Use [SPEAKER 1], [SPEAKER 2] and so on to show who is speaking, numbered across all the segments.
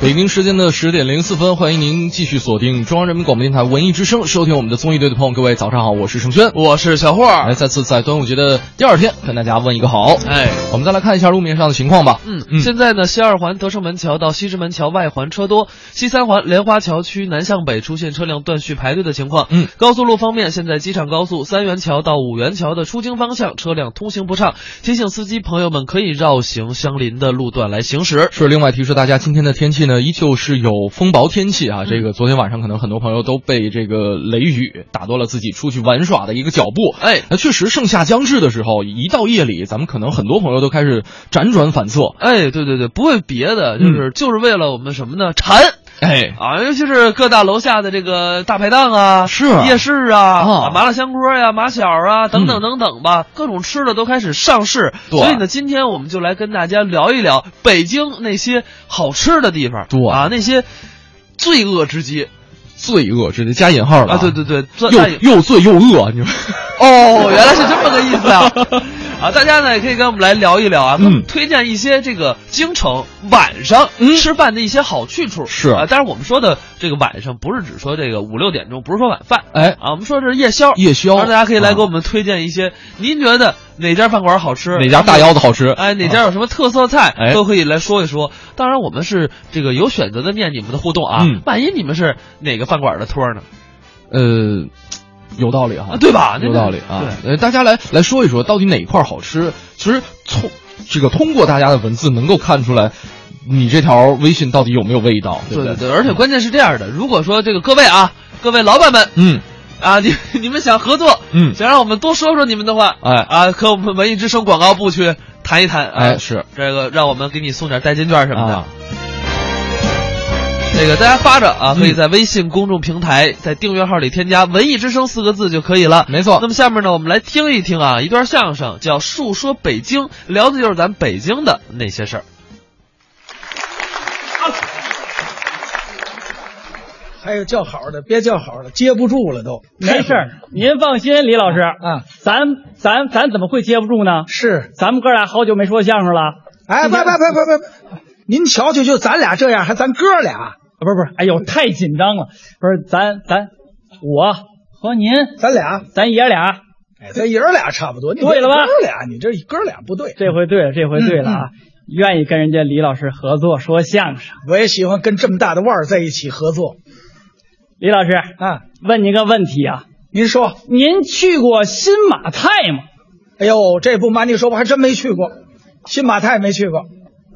[SPEAKER 1] 北京时间的十点零四分，欢迎您继续锁定中央人民广播电台文艺之声，收听我们的综艺队的朋友。各位早上好，我是盛轩，
[SPEAKER 2] 我是小霍。
[SPEAKER 1] 来，再次在端午节的第二天跟大家问一个好。
[SPEAKER 2] 哎，
[SPEAKER 1] 我们再来看一下路面上的情况吧。
[SPEAKER 2] 嗯，现在呢，西二环德胜门桥到西直门桥外环车多，西三环莲花桥区南向北出现车辆断续排队的情况。
[SPEAKER 1] 嗯，
[SPEAKER 2] 高速路方面，现在机场高速三元桥到五元桥的出京方向车辆通行不畅，提醒司机朋友们可以绕行相邻的路段来行驶。
[SPEAKER 1] 是，另外提示大家，今天的天气呢，依旧是有风雹天气
[SPEAKER 2] 嗯
[SPEAKER 1] 啊。这个昨天晚上可能很多朋友都被这个雷雨打断了自己出去玩耍的一个脚步。
[SPEAKER 2] 哎
[SPEAKER 1] 那确实，盛夏将至的时候，一到夜里，咱们可能很多朋友都开始辗转反侧。
[SPEAKER 2] 哎，对对对，不为别的，就是、就是为了我们什么呢？馋。
[SPEAKER 1] 哎，
[SPEAKER 2] 啊，尤其是各大楼下的这个大排档啊，
[SPEAKER 1] 是啊
[SPEAKER 2] 夜市啊，
[SPEAKER 1] 啊
[SPEAKER 2] 麻辣香锅呀、麻小啊，等等
[SPEAKER 1] 嗯
[SPEAKER 2] 等等吧，各种吃的都开始上市。
[SPEAKER 1] 对
[SPEAKER 2] 所以呢，今天我们就来跟大家聊一聊北京那些好吃的地方，
[SPEAKER 1] 对
[SPEAKER 2] 啊，那些罪恶之极
[SPEAKER 1] 罪恶之极加引号了
[SPEAKER 2] 啊，对对对，罪
[SPEAKER 1] 又又罪又恶，你说
[SPEAKER 2] 哦，原来是这么个意思啊！ 啊，大家呢也可以跟我们来聊一聊啊，
[SPEAKER 1] 嗯
[SPEAKER 2] 跟我们推荐一些这个京城晚上吃饭的一些好去处。
[SPEAKER 1] 嗯是
[SPEAKER 2] 啊，当然我们说的这个晚上不是只说这个五六点钟，不是说晚饭
[SPEAKER 1] 哎，
[SPEAKER 2] 啊，我们说这是夜宵。
[SPEAKER 1] 夜宵，
[SPEAKER 2] 当然大家可以来给我
[SPEAKER 1] 啊
[SPEAKER 2] 们推荐一些，您觉得哪家饭馆好吃？
[SPEAKER 1] 哪家大腰子好吃？
[SPEAKER 2] 哎，哪家有什么特色菜、
[SPEAKER 1] 哎
[SPEAKER 2] 都可以来说一说。当然，我们是这个有选择的面你们的互动啊。
[SPEAKER 1] 嗯
[SPEAKER 2] 万一你们是哪个饭馆的托儿呢？
[SPEAKER 1] 呃，有道理哈
[SPEAKER 2] 啊，，对吧？那
[SPEAKER 1] 有道理啊
[SPEAKER 2] 对。
[SPEAKER 1] 呃，大家来来说一说，到底哪一块儿好吃？其实从这个通过大家的文字能够看出来，你这条微信到底有没有味道，不
[SPEAKER 2] 对
[SPEAKER 1] 对？
[SPEAKER 2] 对，而且关键是这样的，如果说这个各位啊，各位老板们
[SPEAKER 1] 嗯
[SPEAKER 2] 啊，你你们想合作，
[SPEAKER 1] 嗯，
[SPEAKER 2] 想让我们多说说你们的话，
[SPEAKER 1] 哎
[SPEAKER 2] 啊，和我们文艺之声广告部去谈一谈，啊
[SPEAKER 1] 哎，是
[SPEAKER 2] 这个让我们给你送点代金券什么的。
[SPEAKER 1] 啊，
[SPEAKER 2] 这个大家发着啊，
[SPEAKER 1] 嗯
[SPEAKER 2] 可以在微信公众平台，在订阅号里添加“文艺之声”四个字就可以了。
[SPEAKER 1] 没错
[SPEAKER 2] 那。么下面呢，我们来听一听啊，一段相声叫《述说北京》，聊的就是咱北京的那些事儿。
[SPEAKER 3] 还有叫好的，别叫好了，接不住了都。
[SPEAKER 4] 没事儿，嗯您放心，李老师
[SPEAKER 3] 啊，
[SPEAKER 4] 咱咱咱怎么会接不住呢？
[SPEAKER 3] 是，
[SPEAKER 4] 咱们哥俩好久没说相声了。
[SPEAKER 3] 哎，别别别别别，您瞧瞧，就咱俩这样，还咱哥俩，
[SPEAKER 4] 啊不是不是，哎呦，太紧张了。不是，咱咱我和您，
[SPEAKER 3] 咱俩，
[SPEAKER 4] 咱爷俩，
[SPEAKER 3] 哎，咱爷儿俩差不多。你这
[SPEAKER 4] 对了吧
[SPEAKER 3] 哥俩，你这哥俩不对。
[SPEAKER 4] 这回对了，这回对了啊！愿意跟人家李老师合作说相声。
[SPEAKER 3] 我也喜欢跟这么大的腕儿在一起合作
[SPEAKER 4] 李老师，
[SPEAKER 3] 啊。
[SPEAKER 4] 问您个问题啊，
[SPEAKER 3] 您说，
[SPEAKER 4] 您去过新马泰吗？
[SPEAKER 3] 哎呦，这不瞒你说，我还真没去过，新马泰没去过，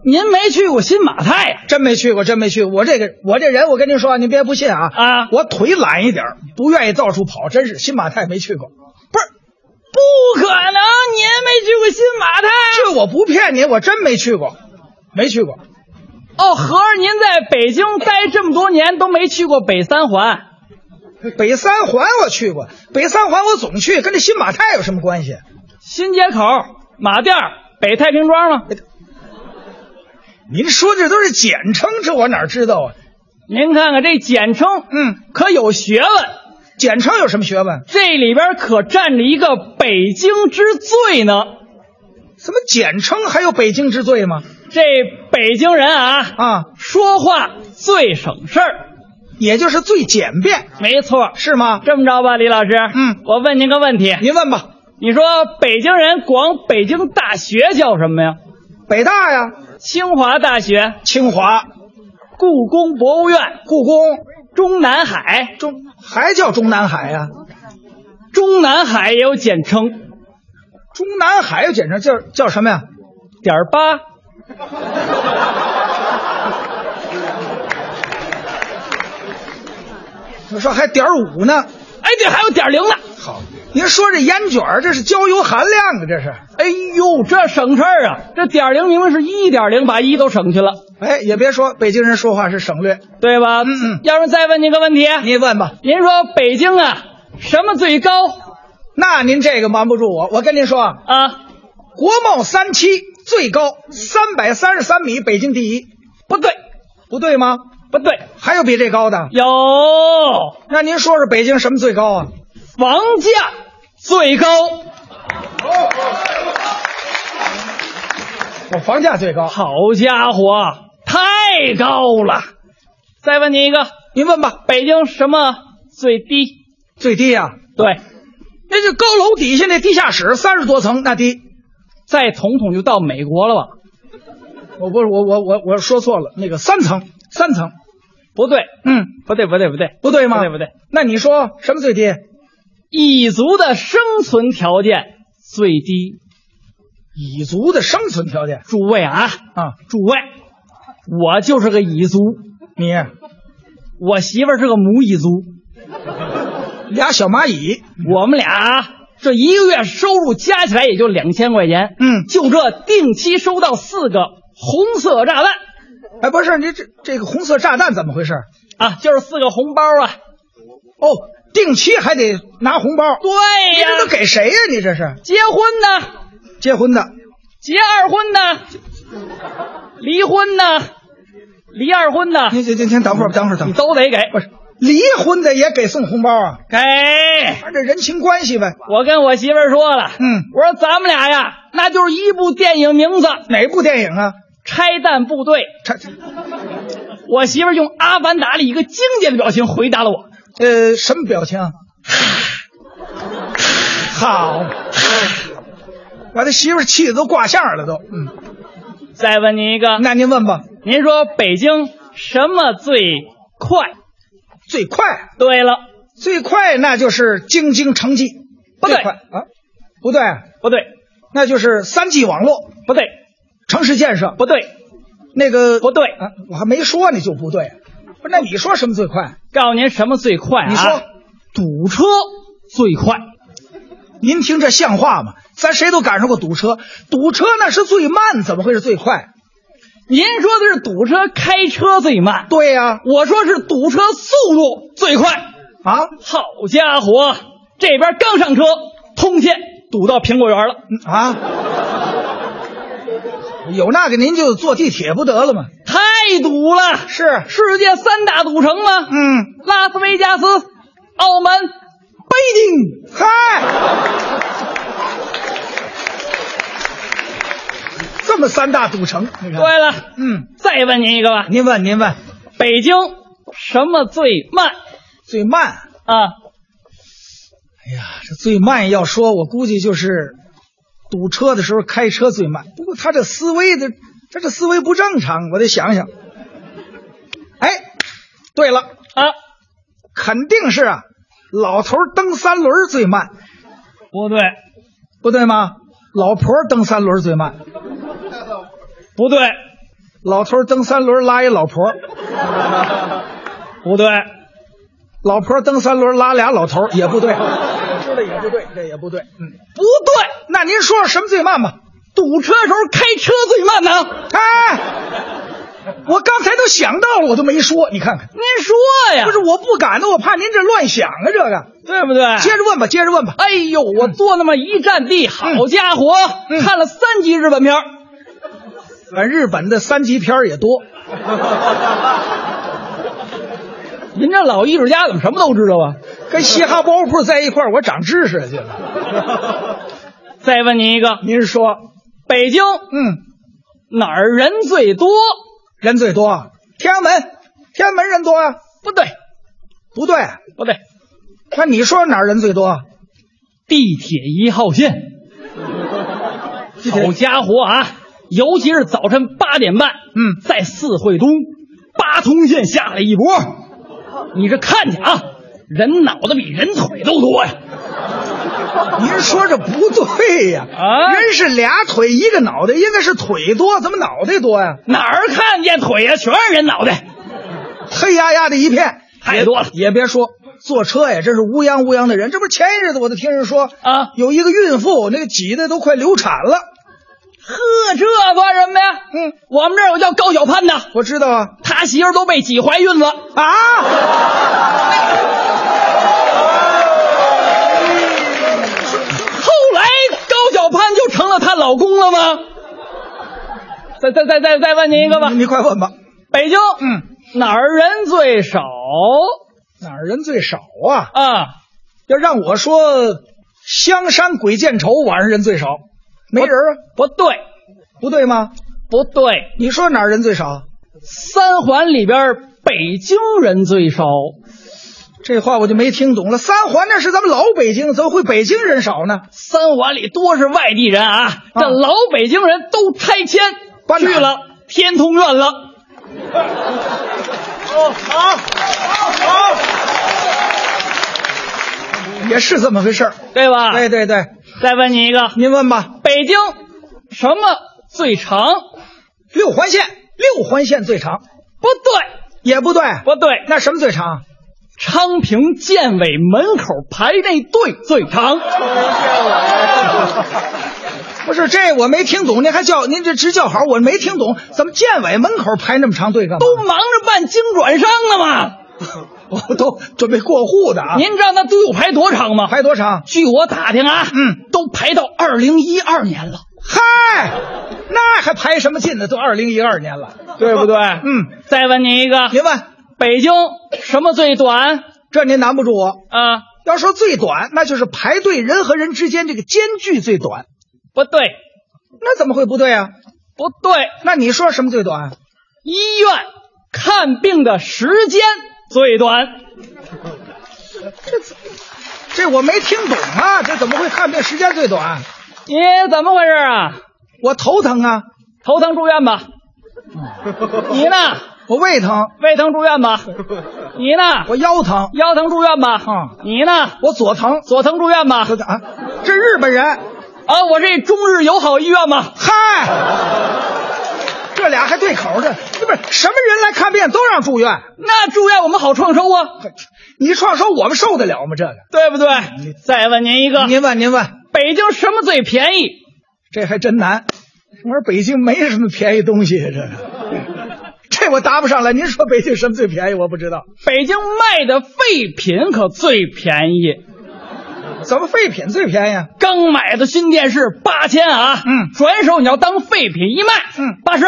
[SPEAKER 4] 您没去过新马泰啊呀、
[SPEAKER 3] 真没去过，真没去过。我这个我这人，我跟您说，您别不信啊
[SPEAKER 4] 啊
[SPEAKER 3] 我腿懒一点儿，不愿意到处跑，真是新马泰没去过。不是，
[SPEAKER 4] 不可能，您没去过新马泰。啊
[SPEAKER 3] 这我不骗你，我真没去过，没去过。
[SPEAKER 4] 哦，合着您在北京待这么多年都没去过北三环？
[SPEAKER 3] 北三环我去过，北三环我总去，跟这新马泰有什么关系？
[SPEAKER 4] 新街口、马甸儿、北太平庄吗？
[SPEAKER 3] 您说这都是简称，这我哪知道啊？
[SPEAKER 4] 您看看这简称，
[SPEAKER 3] 嗯，
[SPEAKER 4] 可有学问。
[SPEAKER 3] 简称有什么学问？
[SPEAKER 4] 这里边可站着一个北京之最呢。
[SPEAKER 3] 什么简称还有北京之最吗？
[SPEAKER 4] 这北京人啊，
[SPEAKER 3] 啊，
[SPEAKER 4] 说话最省事儿。
[SPEAKER 3] 也就是最简便，
[SPEAKER 4] 没错，
[SPEAKER 3] 是吗？
[SPEAKER 4] 这么着吧，李老师，
[SPEAKER 3] 嗯
[SPEAKER 4] 我问您个问题，
[SPEAKER 3] 您问吧，
[SPEAKER 4] 你说北京人管北京大学叫什么呀？
[SPEAKER 3] 北大呀，
[SPEAKER 4] 清华大学、
[SPEAKER 3] 清华、
[SPEAKER 4] 故宫博物院、
[SPEAKER 3] 故宫、
[SPEAKER 4] 中南海，
[SPEAKER 3] 中还叫中南海呀，
[SPEAKER 4] 中南海也有简称，
[SPEAKER 3] 中南海又简称叫叫什么呀？
[SPEAKER 4] 点儿八。哎
[SPEAKER 3] 我说还点儿五呢。
[SPEAKER 4] 哎，对，还有点零呢。
[SPEAKER 3] 好，您说这烟卷儿这是焦油含量啊，这是？
[SPEAKER 4] 哎呦，这省事儿啊！这点零明明是一点零，把一都省去了，
[SPEAKER 3] 哎，也别说北京人说话是省略，
[SPEAKER 4] 对吧？
[SPEAKER 3] 嗯嗯
[SPEAKER 4] 要不然再问您个问题，
[SPEAKER 3] 您问吧。
[SPEAKER 4] 您说北京啊，什么最高
[SPEAKER 3] 那您这个瞒不住我，我跟您说啊，
[SPEAKER 4] 啊？
[SPEAKER 3] 国贸三期最高三百三十三米，北京第一，
[SPEAKER 4] 不对，
[SPEAKER 3] 不对吗？
[SPEAKER 4] 不对，
[SPEAKER 3] 还有比这高的？
[SPEAKER 4] 有
[SPEAKER 3] 那您说说北京什么最高啊？
[SPEAKER 4] 房价最高。
[SPEAKER 3] 我房价最高。
[SPEAKER 4] 好家伙，太高了！再问您一个，
[SPEAKER 3] 您问吧，
[SPEAKER 4] 北京什么最低？
[SPEAKER 3] 最低呀、
[SPEAKER 4] 对，
[SPEAKER 3] 那就高楼底下那地下室三十多层，那低。
[SPEAKER 4] 再统统就到美国了吧？
[SPEAKER 3] 我不是我我我我说错了，那个三层三层，
[SPEAKER 4] 不对，
[SPEAKER 3] 嗯，
[SPEAKER 4] 不对，不对，不对，
[SPEAKER 3] 不对吗？
[SPEAKER 4] 不对，不对，
[SPEAKER 3] 那你说什么最低？
[SPEAKER 4] 蚁族的生存条件最低。
[SPEAKER 3] 蚁族的生存条件
[SPEAKER 4] 诸位啊，
[SPEAKER 3] 啊，
[SPEAKER 4] 诸位，我就是个蚁族，
[SPEAKER 3] 你
[SPEAKER 4] 我媳妇儿是个母蚁族，
[SPEAKER 3] 俩小蚂蚁，
[SPEAKER 4] 我们俩啊这一个月收入加起来也就两千块钱，
[SPEAKER 3] 嗯
[SPEAKER 4] 就这定期收到四个红色炸弹
[SPEAKER 3] 哎，不是你这这个红色炸弹怎么回事？
[SPEAKER 4] 啊，就是四个红包啊，
[SPEAKER 3] 哦，定期还得拿红包，
[SPEAKER 4] 对
[SPEAKER 3] 你
[SPEAKER 4] 呀、
[SPEAKER 3] 这都给谁呀、你这是
[SPEAKER 4] 结婚呢，
[SPEAKER 3] 结婚
[SPEAKER 4] 啊
[SPEAKER 3] 的，
[SPEAKER 4] 结二婚呢，离婚呢，离二婚呢，
[SPEAKER 3] 你你你先等会儿，等会儿，等
[SPEAKER 4] 你
[SPEAKER 3] 会儿，
[SPEAKER 4] 都得给，
[SPEAKER 3] 不是离婚的也给送红包啊？
[SPEAKER 4] 给。
[SPEAKER 3] 反正人情关系呗。
[SPEAKER 4] 我跟我媳妇儿说了，
[SPEAKER 3] 嗯
[SPEAKER 4] 我说咱们俩呀，那就是一部电影名字《
[SPEAKER 3] 哪部电影啊？
[SPEAKER 4] 拆弹部队》。
[SPEAKER 3] 拆
[SPEAKER 4] 我媳妇儿用《阿凡达》里一个经典的表情回答了我。
[SPEAKER 3] 呃什么表情啊？好，把这媳妇儿气的都挂相了都。嗯，
[SPEAKER 4] 再问您一个，
[SPEAKER 3] 那您问吧，
[SPEAKER 4] 您说北京什么最快？
[SPEAKER 3] 最快
[SPEAKER 4] 对了，
[SPEAKER 3] 最快那就是京津城际，
[SPEAKER 4] 不对
[SPEAKER 3] 最快啊，不对啊，
[SPEAKER 4] 不对，
[SPEAKER 3] 那就是三 G 网络、
[SPEAKER 4] 不对，
[SPEAKER 3] 城市建设。
[SPEAKER 4] 不对，
[SPEAKER 3] 那个
[SPEAKER 4] 不对。
[SPEAKER 3] 啊，我还没说呢就不对。不是，那你说什么最快？
[SPEAKER 4] 告诉您什么最快啊？
[SPEAKER 3] 你说
[SPEAKER 4] 堵车最快。
[SPEAKER 3] 您听这像话吗？咱谁都赶上过堵车，堵车那是最慢，怎么会是最快？
[SPEAKER 4] 您说的是堵车开车最慢，
[SPEAKER 3] 对呀、
[SPEAKER 4] 我说是堵车速度最快。
[SPEAKER 3] 啊，
[SPEAKER 4] 好家伙，这边刚上车，通县堵到苹果园了。
[SPEAKER 3] 嗯啊，有那个您就坐地铁不得了吗？
[SPEAKER 4] 太堵了，
[SPEAKER 3] 是
[SPEAKER 4] 世界三大赌城吗？
[SPEAKER 3] 嗯，
[SPEAKER 4] 拉斯维加斯、澳门、北
[SPEAKER 3] 嗨，这么三大赌城，你
[SPEAKER 4] 京。
[SPEAKER 3] 看，
[SPEAKER 4] 对了，
[SPEAKER 3] 嗯，
[SPEAKER 4] 再问您一个吧，
[SPEAKER 3] 您问您问，
[SPEAKER 4] 北京什么最慢
[SPEAKER 3] 最慢，
[SPEAKER 4] 啊？
[SPEAKER 3] 哎呀，这最慢要说，我估计就是堵车的时候开车最慢。不过他这思维的，他这思维不正常，我得想想。哎，对了，
[SPEAKER 4] 啊，
[SPEAKER 3] 肯定是啊，老头儿蹬三轮儿最慢，
[SPEAKER 4] 不对，
[SPEAKER 3] 不对吗？老婆儿蹬三轮儿最慢，
[SPEAKER 4] 不对，
[SPEAKER 3] 老头儿蹬三轮儿拉一老婆儿，
[SPEAKER 4] 不对，
[SPEAKER 3] 老婆儿蹬三轮儿拉俩老头儿也不对，说的也不对，这也不对。嗯，
[SPEAKER 4] 不对，
[SPEAKER 3] 那您说说什么最慢吧？
[SPEAKER 4] 堵车时候开车最慢呢？
[SPEAKER 3] 哎，我刚才都想到了，我都没说，你看看。
[SPEAKER 4] 您说呀，
[SPEAKER 3] 不是，我不敢的，我怕您这乱想啊，这个。
[SPEAKER 4] 对不对？
[SPEAKER 3] 接着问吧，接着问吧。
[SPEAKER 4] 哎呦，我坐那么一站地，好家伙，
[SPEAKER 3] 嗯
[SPEAKER 4] 看了三集日本片儿
[SPEAKER 3] 呃，日本的三级片儿也多，
[SPEAKER 4] 您这老艺术家怎么什么都知道啊？
[SPEAKER 3] 跟嘻哈包袱在一块儿，我长知识了，这个。
[SPEAKER 4] 再问您一个，
[SPEAKER 3] 您说，
[SPEAKER 4] 北京
[SPEAKER 3] 嗯，
[SPEAKER 4] 哪儿人最多？
[SPEAKER 3] 人最多啊，天安门，天安门人多啊？
[SPEAKER 4] 不对，
[SPEAKER 3] 不对，
[SPEAKER 4] 不对，
[SPEAKER 3] 那你说哪儿人最多啊？
[SPEAKER 4] 地铁一号线。好家伙啊！尤其是早晨八点半，
[SPEAKER 3] 嗯
[SPEAKER 4] 在四惠东八通线下了一波，你这看去啊，人脑袋比人腿都多呀！
[SPEAKER 3] 您说这不对呀、
[SPEAKER 4] 啊
[SPEAKER 3] 人是俩腿一个脑袋，应该是腿多，怎么脑袋多呀、
[SPEAKER 4] 哪儿看见腿呀、全是人脑袋，
[SPEAKER 3] 黑压压的一片，
[SPEAKER 4] 太多了
[SPEAKER 3] 也别说坐车呀，真是乌泱乌泱的人。这不是前一阵子我就听人说
[SPEAKER 4] 啊
[SPEAKER 3] 有一个孕妇那个挤的都快流产了。
[SPEAKER 4] 呵，这算什么呀？
[SPEAKER 3] 嗯，
[SPEAKER 4] 我们这儿有叫高小攀的，
[SPEAKER 3] 我知道啊
[SPEAKER 4] 他媳妇儿都被挤怀孕了。
[SPEAKER 3] 啊！
[SPEAKER 4] 后来高小攀就成了她老公了吗？再再再再再问您一个吧，
[SPEAKER 3] 你快问吧，
[SPEAKER 4] 北京，
[SPEAKER 3] 嗯，
[SPEAKER 4] 哪儿人最少
[SPEAKER 3] 哪儿人最少啊？
[SPEAKER 4] 啊？
[SPEAKER 3] 要让我说，香山鬼见愁晚上人最少，没人啊，
[SPEAKER 4] 不对，
[SPEAKER 3] 不对吗？
[SPEAKER 4] 不对，
[SPEAKER 3] 你说哪儿人最少？
[SPEAKER 4] 三环里边北京人最少。
[SPEAKER 3] 这话我就没听懂了。三环那是咱们老北京，怎么会北京人少呢？
[SPEAKER 4] 三环里多是外地人啊，这老北京人都拆迁
[SPEAKER 3] 搬哪儿
[SPEAKER 4] 去了天通苑了。哦
[SPEAKER 3] 也是这么回事儿。
[SPEAKER 4] 对吧？
[SPEAKER 3] 对对对，
[SPEAKER 4] 再问你一个，
[SPEAKER 3] 您问吧。
[SPEAKER 4] 北京什么最长？
[SPEAKER 3] 六环线，六环线最长，
[SPEAKER 4] 不对，
[SPEAKER 3] 也不对。
[SPEAKER 4] 不对，
[SPEAKER 3] 那什么最长？啊
[SPEAKER 4] 昌平建委门口排那队最长。
[SPEAKER 3] 不是这我没听懂，您还叫您这直叫好，我没听懂，怎么建委门口排那么长队干嘛？
[SPEAKER 4] 都忙着办精转商呢嘛。
[SPEAKER 3] 我都准备过户的啊。
[SPEAKER 4] 您知道那队伍排多长吗？
[SPEAKER 3] 排多长？
[SPEAKER 4] 据我打听啊，
[SPEAKER 3] 嗯，
[SPEAKER 4] 都排到二零一二年了。
[SPEAKER 3] 嗨，那还排什么劲呢？都二零一二年了，
[SPEAKER 4] 对不对
[SPEAKER 3] 嗯，
[SPEAKER 4] 再问你一个，
[SPEAKER 3] 您问，
[SPEAKER 4] 北京什么最短
[SPEAKER 3] 这您难不住我。
[SPEAKER 4] 啊？
[SPEAKER 3] 要说最短，那就是排队人和人之间这个间距最短，
[SPEAKER 4] 不对，
[SPEAKER 3] 那怎么会不对啊？
[SPEAKER 4] 不对，
[SPEAKER 3] 那你说什么最短？
[SPEAKER 4] 医院看病的时间最短。
[SPEAKER 3] 这我没听懂啊，这怎么会看病时间最短？
[SPEAKER 4] 你怎么回事啊？
[SPEAKER 3] 我头疼啊，
[SPEAKER 4] 头疼住院吧。
[SPEAKER 3] 嗯
[SPEAKER 4] 你呢？
[SPEAKER 3] 我胃疼，
[SPEAKER 4] 胃疼住院 吧。你呢？
[SPEAKER 3] 我腰疼，
[SPEAKER 4] 腰疼住院吧。
[SPEAKER 3] 嗯
[SPEAKER 4] 你呢？
[SPEAKER 3] 我左疼，
[SPEAKER 4] 左疼住院吧。
[SPEAKER 3] 左疼啊，这日本人，
[SPEAKER 4] 啊，我这中日友好医院吧。
[SPEAKER 3] 嗨，这俩还对口的，这不是什么人来看病都让住院，
[SPEAKER 4] 那住院我们好创收啊，
[SPEAKER 3] 你创收我们受得了吗？这个，
[SPEAKER 4] 对不
[SPEAKER 3] 嗯
[SPEAKER 4] 对？再问您一个，
[SPEAKER 3] 您问您问，
[SPEAKER 4] 北京什么最便宜？
[SPEAKER 3] 这还真难。我说北京没什么便宜东西，这个，这我答不上来。您说北京什么最便宜？我不知道，
[SPEAKER 4] 北京卖的废品可最便宜，
[SPEAKER 3] 怎么废品最便宜啊？
[SPEAKER 4] 刚买的新电视八千啊，
[SPEAKER 3] 嗯
[SPEAKER 4] 转手你要当废品一卖，
[SPEAKER 3] 嗯
[SPEAKER 4] 八十，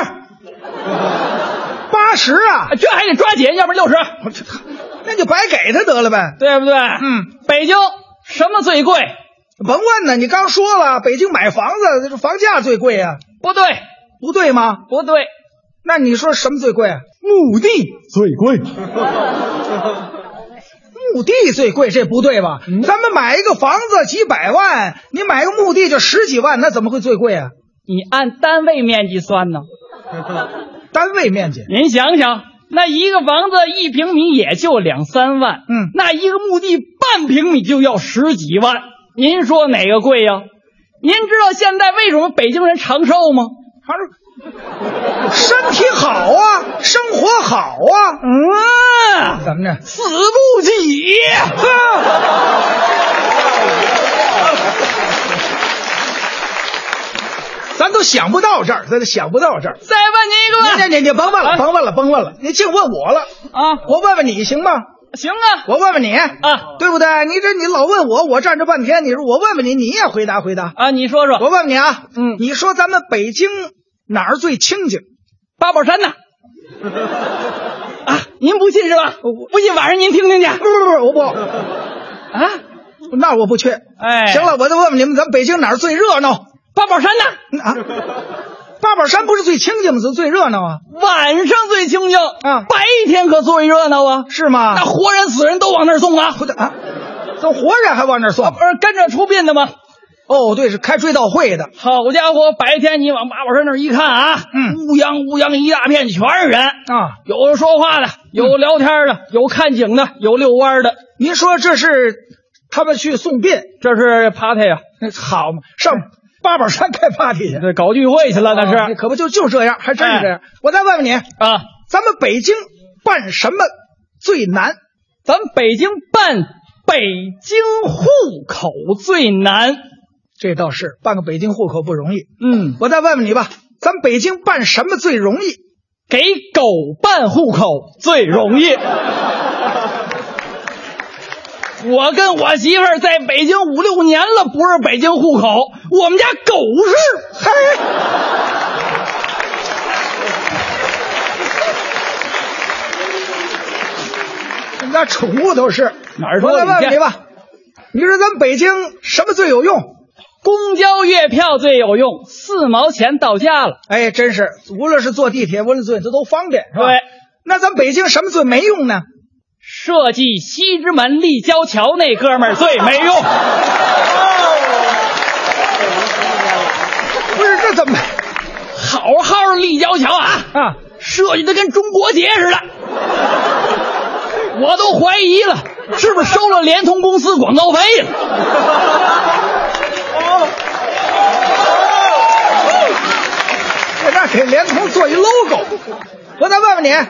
[SPEAKER 3] 八十啊，
[SPEAKER 4] 这还得抓紧，要不然六十，
[SPEAKER 3] 那就白给他得了呗。
[SPEAKER 4] 对不对？
[SPEAKER 3] 嗯，
[SPEAKER 4] 北京什么最贵？
[SPEAKER 3] 甭问呢，你刚说了，北京买房子这房价最贵啊，
[SPEAKER 4] 不对，
[SPEAKER 3] 不对吗？
[SPEAKER 4] 不对，
[SPEAKER 3] 那你说什么最贵啊？
[SPEAKER 4] 墓地
[SPEAKER 5] 最贵，
[SPEAKER 3] 墓地最贵，这不对吧？咱们买一个房子几百万，你买个墓地就十几万，那怎么会最贵啊？
[SPEAKER 4] 你按单位面积算呢？
[SPEAKER 3] 单位面积，
[SPEAKER 4] 您想想，那一个房子一平米也就两三万，
[SPEAKER 3] 嗯
[SPEAKER 4] 那一个墓地半平米就要十几万，您说哪个贵呀？您知道现在为什么北京人长寿吗？
[SPEAKER 3] 他说身体好啊，生活好啊，
[SPEAKER 4] 嗯，
[SPEAKER 3] 怎么着？
[SPEAKER 4] 死不起。
[SPEAKER 3] 咱都想不到这儿，咱都想不到这儿。
[SPEAKER 4] 再问您
[SPEAKER 3] 你
[SPEAKER 4] 一个
[SPEAKER 3] 你你甭问了，
[SPEAKER 4] 啊
[SPEAKER 3] 甭问了，甭问了，你净问我了，
[SPEAKER 4] 啊，
[SPEAKER 3] 我问问你行吗？
[SPEAKER 4] 行啊，
[SPEAKER 3] 我问问你
[SPEAKER 4] 啊，
[SPEAKER 3] 对不对？你这你老问我，我站这半天，你说我问问你，你也回答回答。
[SPEAKER 4] 啊，你说
[SPEAKER 3] 我
[SPEAKER 4] 说，
[SPEAKER 3] 问问你啊，
[SPEAKER 4] 嗯
[SPEAKER 3] 你说咱们北京哪儿最清静？
[SPEAKER 4] 八宝山呢？ 啊，您不信是吧？不信晚上您听听去
[SPEAKER 3] 不不不，我
[SPEAKER 4] 啊。
[SPEAKER 3] 不，那我不去。
[SPEAKER 4] 哎，
[SPEAKER 3] 行，了，我再问问你们，咱们北京哪儿最热闹？
[SPEAKER 4] 八宝山呢？
[SPEAKER 3] 啊，八宝山不是最清静吗？怎么最热闹啊？
[SPEAKER 4] 晚上最清静
[SPEAKER 3] 啊
[SPEAKER 4] 白天可最热闹啊！
[SPEAKER 3] 是吗？
[SPEAKER 4] 那活人死人都往那儿送啊，
[SPEAKER 3] 不对啊，这活人还往那儿送
[SPEAKER 4] 不？是跟着出殡的吗？
[SPEAKER 3] 哦，对，是开追悼会的。
[SPEAKER 4] 好家伙，白天你往八宝山那儿一看啊，
[SPEAKER 3] 嗯
[SPEAKER 4] 乌泱乌泱一大片，全是人
[SPEAKER 3] 啊。嗯
[SPEAKER 4] 有说话的，有聊天的，有看景的，有遛弯的，
[SPEAKER 3] 您说这是他们去送殡，
[SPEAKER 4] 这是 party 啊，
[SPEAKER 3] 好嘛？上八宝山开 party 去？哦
[SPEAKER 4] 这搞聚会去了那是哎
[SPEAKER 3] 可不就就这样，还真是这样。我再问问你，
[SPEAKER 4] 啊。
[SPEAKER 3] 咱们北京办什么最难？
[SPEAKER 4] 咱们北京办北京户口最难，
[SPEAKER 3] 这倒是办个北京户口不容易。
[SPEAKER 4] 嗯，
[SPEAKER 3] 我再问问你吧，咱们北京办什么最容易？
[SPEAKER 4] 给狗办户口最容易。我跟我媳妇儿在北京五六年了，不是北京户口，我们家狗是。
[SPEAKER 3] 嘿，我们家宠物都是
[SPEAKER 4] 哪儿都
[SPEAKER 3] 我
[SPEAKER 4] 有
[SPEAKER 3] 再问
[SPEAKER 4] 你
[SPEAKER 3] 问
[SPEAKER 4] 见
[SPEAKER 3] 你吧，你说咱们北京什么最有用？
[SPEAKER 4] 公交月票最有用，四毛钱到家了。
[SPEAKER 3] 哎，真是，无论是坐地铁，无论坐这都方便，是吧？
[SPEAKER 4] 对，
[SPEAKER 3] 那咱北京什么最没用呢？
[SPEAKER 4] 设计西直门立交桥那哥们儿最没用。
[SPEAKER 3] 不是这怎么
[SPEAKER 4] 好好立交桥啊，
[SPEAKER 3] 啊？
[SPEAKER 4] 设计的跟中国结似的，我都怀疑了，是不是收了联通公司广告费了？
[SPEAKER 3] 在那给联通做一 logo。我再问问你
[SPEAKER 4] 啊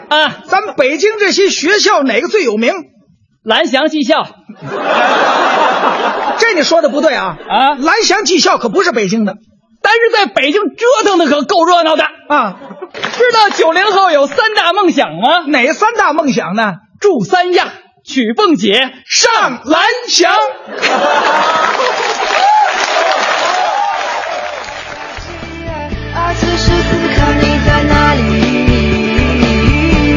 [SPEAKER 3] 咱们北京这些学校哪个最有名？
[SPEAKER 4] 蓝翔技校
[SPEAKER 3] 这你说的不对啊！
[SPEAKER 4] 啊
[SPEAKER 3] 蓝翔技校可不是北京的
[SPEAKER 4] 但是在北京折腾的可够热闹的。
[SPEAKER 3] 啊，
[SPEAKER 4] 知道九零后有三大梦想吗？
[SPEAKER 3] 哪三大梦想呢？
[SPEAKER 4] 住三亚，娶凤姐，
[SPEAKER 3] 上蓝翔。
[SPEAKER 5] 啊，此时此刻你在哪里？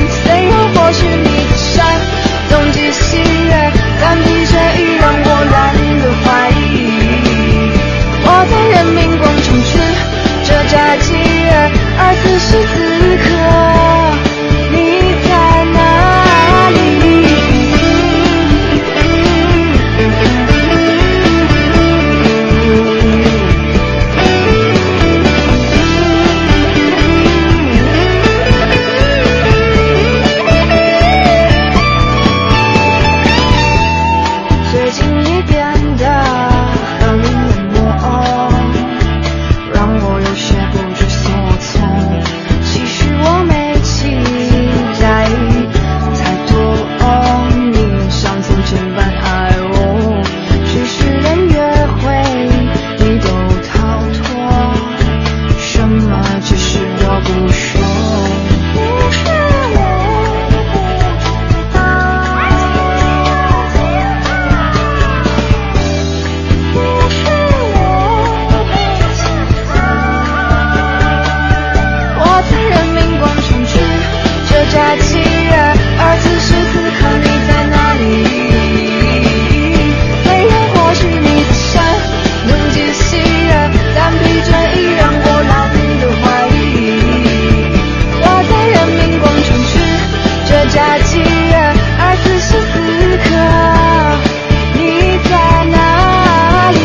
[SPEAKER 5] 虽然或许你的善，冬季喜悦，但疲倦已让我懒得怀疑。我在人民广场区这扎七月，而此时此刻你在哪里？最近你变得很冷漠，让我有些不知所措。其实我没期待太多，你像从前般爱我，只是连约会你都逃脱，什么只是我不说。不是我。不是我，我在人民广场区这扎七月，而此时此刻你在哪里？没人或许你的善，能记喜悦，但疲倦已让我懒得怀疑。我在人民广场区这扎七月，而此时此刻你在哪里？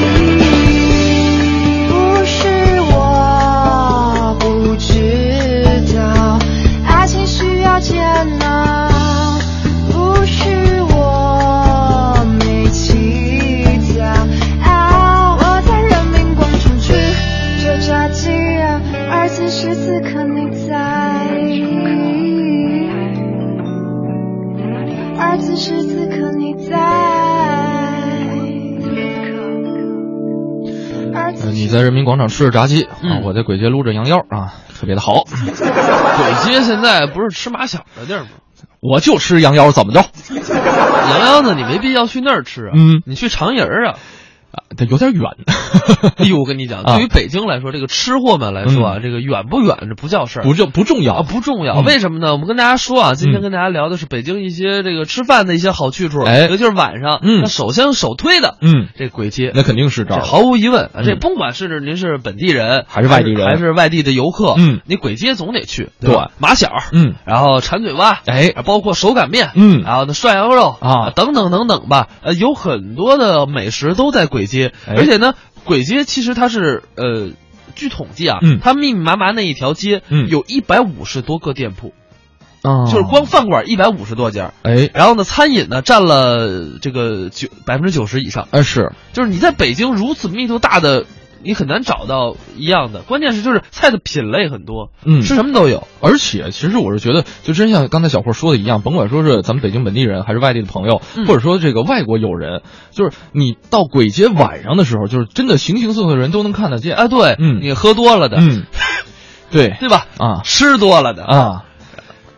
[SPEAKER 5] 不是我不知道，爱情需要煎熬。不是我没祈祷，啊，我在人民广场区这扎七月，而此时此刻你在，而此时此刻你在。而
[SPEAKER 1] 呃
[SPEAKER 5] 此时
[SPEAKER 1] 你在人民广场吃着炸鸡，啊
[SPEAKER 2] 嗯，
[SPEAKER 1] 我在簋街撸着羊腰啊，特别的好。
[SPEAKER 2] 簋街现在不是吃马小的地儿吗？
[SPEAKER 1] 我就吃羊腰，怎么着？啊
[SPEAKER 2] 羊腰子你没必要去那儿吃啊，
[SPEAKER 1] 嗯
[SPEAKER 2] 你去长营 儿啊。
[SPEAKER 1] 啊，它有点远。
[SPEAKER 2] 哎呦，我跟你讲，
[SPEAKER 1] 啊嗯
[SPEAKER 2] 对于北京来说，这个吃货们来说啊，这个远不远这不叫事儿，
[SPEAKER 1] 不就不重要
[SPEAKER 2] 啊，不重要。
[SPEAKER 1] 嗯
[SPEAKER 2] 为什么呢？我们跟大家说啊，今天
[SPEAKER 1] 嗯
[SPEAKER 2] 跟大家聊的是北京一些这个吃饭的一些好去处，
[SPEAKER 1] 哎
[SPEAKER 2] 尤其是晚上，
[SPEAKER 1] 嗯
[SPEAKER 2] 那首先首推的，
[SPEAKER 1] 嗯，
[SPEAKER 2] 这簋街，
[SPEAKER 1] 那肯定是这
[SPEAKER 2] 这
[SPEAKER 1] 儿。
[SPEAKER 2] 毫无疑问，啊
[SPEAKER 1] 嗯
[SPEAKER 2] 这甭管是您是本地人
[SPEAKER 1] 还是外地人
[SPEAKER 2] 还是外地的游客，
[SPEAKER 1] 嗯
[SPEAKER 2] 你簋街总得去，吧？马小，
[SPEAKER 1] 嗯，
[SPEAKER 2] 然后馋嘴蛙，啊
[SPEAKER 1] 哎，
[SPEAKER 2] 包括手擀面，
[SPEAKER 1] 嗯
[SPEAKER 2] 然后啊那涮羊肉
[SPEAKER 1] 啊
[SPEAKER 2] 等等等等吧，呃，有很多的美食都在簋街，
[SPEAKER 1] 哎
[SPEAKER 2] 而且呢，簋街其实它是呃，据统计啊，
[SPEAKER 1] 嗯
[SPEAKER 2] 它密密麻麻那一条街，
[SPEAKER 1] 嗯
[SPEAKER 2] 有一百五十多个店铺，
[SPEAKER 1] 啊
[SPEAKER 2] 就是光饭馆一百五十多家，
[SPEAKER 1] 哎，
[SPEAKER 2] 然后呢，餐饮呢占了这个九百分之九十以上，
[SPEAKER 1] 哎是，
[SPEAKER 2] 就是你在北京如此密度大的。你很难找到一样的，关键是就是菜的品类很多，
[SPEAKER 1] 嗯
[SPEAKER 2] 吃什么都有。
[SPEAKER 1] 而且，其实我是觉得，就真像刚才小霍说的一样，甭管说是咱们北京本地人，还是外地的朋友，
[SPEAKER 2] 嗯
[SPEAKER 1] 或者说这个外国友人，就是你到簋街晚上的时候，就是真的形形色色的人都能看得见。
[SPEAKER 2] 哎，对，
[SPEAKER 1] 嗯
[SPEAKER 2] 你喝多了的，
[SPEAKER 1] 嗯，对
[SPEAKER 2] 对吧？
[SPEAKER 1] 啊
[SPEAKER 2] 吃多了的，
[SPEAKER 1] 啊，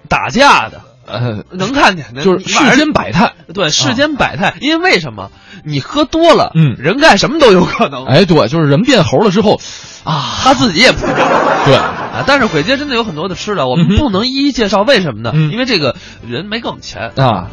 [SPEAKER 2] 打架的，
[SPEAKER 1] 呃，
[SPEAKER 2] 能看见，能
[SPEAKER 1] 就是世间百态。啊
[SPEAKER 2] 对世间百态。因为为什么？你喝多了，
[SPEAKER 1] 嗯
[SPEAKER 2] 人干什么都有可能，
[SPEAKER 1] 哎，对，就是人变猴了之后，啊，
[SPEAKER 2] 他自己也不知道。
[SPEAKER 1] 对，
[SPEAKER 2] 啊，但是簋街真的有很多的吃的，我
[SPEAKER 1] 嗯哼
[SPEAKER 2] 们不能一一介绍，为什么呢？
[SPEAKER 1] 嗯
[SPEAKER 2] 因为这个人没给我们钱。
[SPEAKER 1] 啊，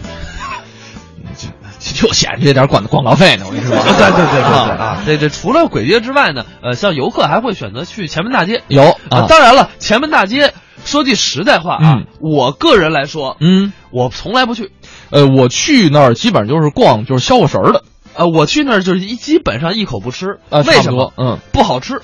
[SPEAKER 1] 就就嫌这点广广告费呢，我跟你说。
[SPEAKER 2] 对对对对
[SPEAKER 1] 啊
[SPEAKER 2] 啊！这这除了簋街之外呢，呃，像游客还会选择去前门大街。
[SPEAKER 1] 有啊
[SPEAKER 2] 啊，当然了，前门大街说句实在话啊，
[SPEAKER 1] 嗯
[SPEAKER 2] 我个人来说，
[SPEAKER 1] 嗯，
[SPEAKER 2] 我从来不去。
[SPEAKER 1] 呃，我去那儿基本上就是逛，就是消个神儿的。
[SPEAKER 2] 呃，我去那儿就是一基本上一口不吃，
[SPEAKER 1] 啊
[SPEAKER 2] 为
[SPEAKER 1] 差
[SPEAKER 2] 什
[SPEAKER 1] 不
[SPEAKER 2] 么
[SPEAKER 1] 多？嗯，
[SPEAKER 2] 不好吃，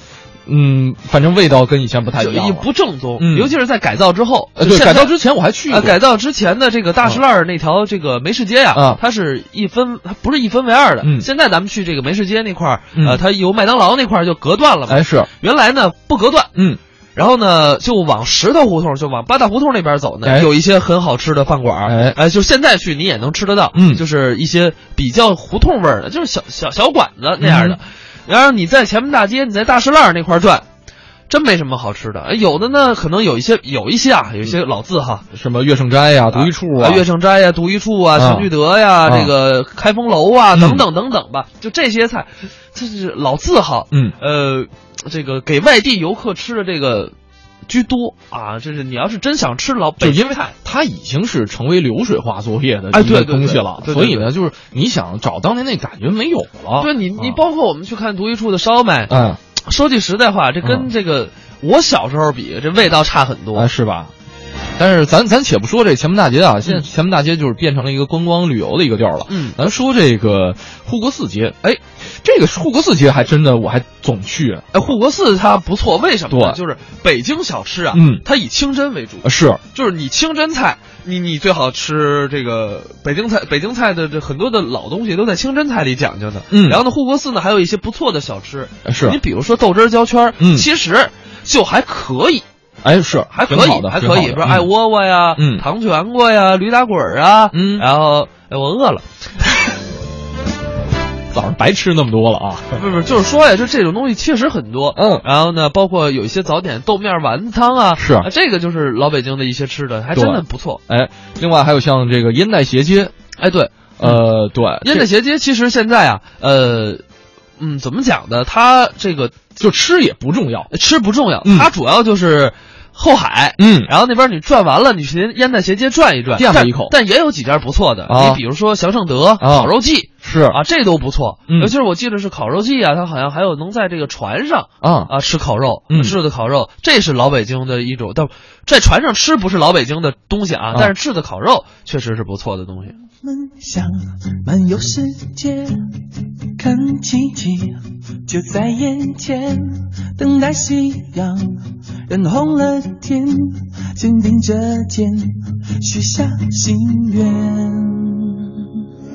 [SPEAKER 1] 嗯，反正味道跟以前不太
[SPEAKER 2] 就
[SPEAKER 1] 一样
[SPEAKER 2] 也
[SPEAKER 1] 了。
[SPEAKER 2] 不正宗，
[SPEAKER 1] 嗯
[SPEAKER 2] 尤其是在改造之后。
[SPEAKER 1] 呃，
[SPEAKER 2] 就
[SPEAKER 1] 对，
[SPEAKER 2] 现
[SPEAKER 1] 改
[SPEAKER 2] 在
[SPEAKER 1] 造之前我还去过。
[SPEAKER 2] 啊，改造之前的这个大石烂儿那条这个梅市街呀、
[SPEAKER 1] 啊
[SPEAKER 2] 它是一分，它不是一分为二的。
[SPEAKER 1] 嗯
[SPEAKER 2] 现在咱们去这个梅市街那块儿，
[SPEAKER 1] 嗯
[SPEAKER 2] 呃，它由麦当劳那块儿就隔断了嘛。
[SPEAKER 1] 哎是，
[SPEAKER 2] 原来呢不隔断，
[SPEAKER 1] 嗯，
[SPEAKER 2] 然后呢就往石头胡同，就往八大胡同那边走呢，
[SPEAKER 1] 哎
[SPEAKER 2] 有一些很好吃的饭馆儿。
[SPEAKER 1] 哎
[SPEAKER 2] 就现在去你也能吃得到，
[SPEAKER 1] 嗯
[SPEAKER 2] 就是一些比较胡同味儿的，就是小小小馆子那样的。
[SPEAKER 1] 嗯
[SPEAKER 2] 然后你在前门大街，你在大石烂儿那块儿转。真没什么好吃的，哎有的呢，可能有一些有一些啊，有一些老字号，
[SPEAKER 1] 什么月盛斋呀、独一处啊，
[SPEAKER 2] 月盛斋呀、独一处啊、
[SPEAKER 1] 啊
[SPEAKER 2] 全聚德呀、
[SPEAKER 1] 啊
[SPEAKER 2] 这个开封楼啊，
[SPEAKER 1] 嗯
[SPEAKER 2] 等等等等吧，就这些菜，这是老字号，
[SPEAKER 1] 嗯，
[SPEAKER 2] 呃，这个给外地游客吃的这个居多啊，这是你要是真想吃老
[SPEAKER 1] 就
[SPEAKER 2] 北
[SPEAKER 1] 因
[SPEAKER 2] 京
[SPEAKER 1] 为
[SPEAKER 2] 菜，
[SPEAKER 1] 它已经是成为流水化作业的
[SPEAKER 2] 哎
[SPEAKER 1] 一个
[SPEAKER 2] 对对对
[SPEAKER 1] 东西了，
[SPEAKER 2] 对对
[SPEAKER 1] 所以
[SPEAKER 2] 对
[SPEAKER 1] 呢，就是你想找当年那感觉没有了。
[SPEAKER 2] 对你你
[SPEAKER 1] 啊
[SPEAKER 2] 包括我们去看独一处的烧麦，
[SPEAKER 1] 嗯，
[SPEAKER 2] 说句实在话，这跟这个我小时候比，这味道差很多
[SPEAKER 1] 啊啊，。是吧？但是咱咱且不说这前门大街啊，现在前门大街就是变成了一个观光旅游的一个地儿了。
[SPEAKER 2] 嗯
[SPEAKER 1] 咱说这个护国寺街，哎，这个护国寺街还真的我还总去，
[SPEAKER 2] 哎，护国寺它不错，为什么呢？
[SPEAKER 1] 对
[SPEAKER 2] 就是北京小吃啊，
[SPEAKER 1] 嗯
[SPEAKER 2] 它以清真为主，
[SPEAKER 1] 呃是
[SPEAKER 2] 就是你清真菜，你你最好吃这个北京菜，北京菜的这很多的老东西都在清真菜里讲究的。
[SPEAKER 1] 嗯
[SPEAKER 2] 然后呢，护国寺呢还有一些不错的小吃，
[SPEAKER 1] 呃是
[SPEAKER 2] 你比如说豆汁儿焦圈儿，
[SPEAKER 1] 嗯
[SPEAKER 2] 其实就还可以，
[SPEAKER 1] 哎是
[SPEAKER 2] 还
[SPEAKER 1] 挺
[SPEAKER 2] 可
[SPEAKER 1] 好
[SPEAKER 2] 以，
[SPEAKER 1] 的
[SPEAKER 2] 还
[SPEAKER 1] 挺
[SPEAKER 2] 可
[SPEAKER 1] 好
[SPEAKER 2] 以，
[SPEAKER 1] 的
[SPEAKER 2] 不是爱
[SPEAKER 1] 嗯
[SPEAKER 2] 窝窝呀，
[SPEAKER 1] 嗯
[SPEAKER 2] 糖全锅呀，驴打滚儿啊，
[SPEAKER 1] 嗯
[SPEAKER 2] 然后哎我饿了，
[SPEAKER 1] 早上白吃那么多了啊，
[SPEAKER 2] 不是不是，就是说呀，就这种东西确实很多，
[SPEAKER 1] 嗯
[SPEAKER 2] 然后呢，包括有一些早点豆面丸子汤啊，
[SPEAKER 1] 是
[SPEAKER 2] 啊这个就是老北京的一些吃的，还真的不错。
[SPEAKER 1] 哎，另外还有像这个烟袋斜街，
[SPEAKER 2] 哎，对，
[SPEAKER 1] 呃，对，
[SPEAKER 2] 烟
[SPEAKER 1] 这
[SPEAKER 2] 袋斜街其实现在啊，呃，嗯，怎么讲呢？它这个
[SPEAKER 1] 就吃也不重要，
[SPEAKER 2] 吃不重要，
[SPEAKER 1] 嗯
[SPEAKER 2] 它主要就是后海。
[SPEAKER 1] 嗯，
[SPEAKER 2] 然后那边你转完了，你去烟袋斜街转一转，
[SPEAKER 1] 垫吧
[SPEAKER 2] 但
[SPEAKER 1] 一口
[SPEAKER 2] 但也有几家不错的，
[SPEAKER 1] 啊
[SPEAKER 2] 你比如说祥盛德烤肉季
[SPEAKER 1] 是
[SPEAKER 2] 啊，这都不错。
[SPEAKER 1] 哦嗯
[SPEAKER 2] 尤其是我记得是烤肉季啊，它好像还有能在这个船上
[SPEAKER 1] 啊，
[SPEAKER 2] 啊吃烤肉，
[SPEAKER 1] 嗯
[SPEAKER 2] 炙的烤肉，这是老北京的一种。但在船上吃不是老北京的东西啊
[SPEAKER 1] 啊，
[SPEAKER 2] 但是炙的烤肉确实是不错的东西。
[SPEAKER 6] 们想漫游世界，看奇迹就在眼前，等待夕阳染红了天，肩并着肩许下心愿。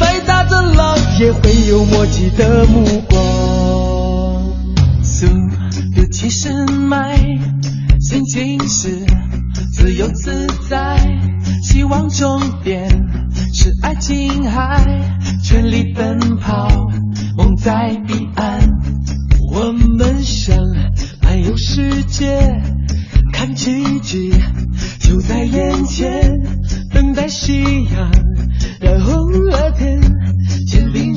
[SPEAKER 7] 再大的浪，也会有默契的目光。
[SPEAKER 6] 速度七十迈，心情是自由自在，希望终点是爱琴海，全力奔跑，梦在彼岸。我们想漫游世界，看奇迹就在眼前，等待夕阳染红了天，肩并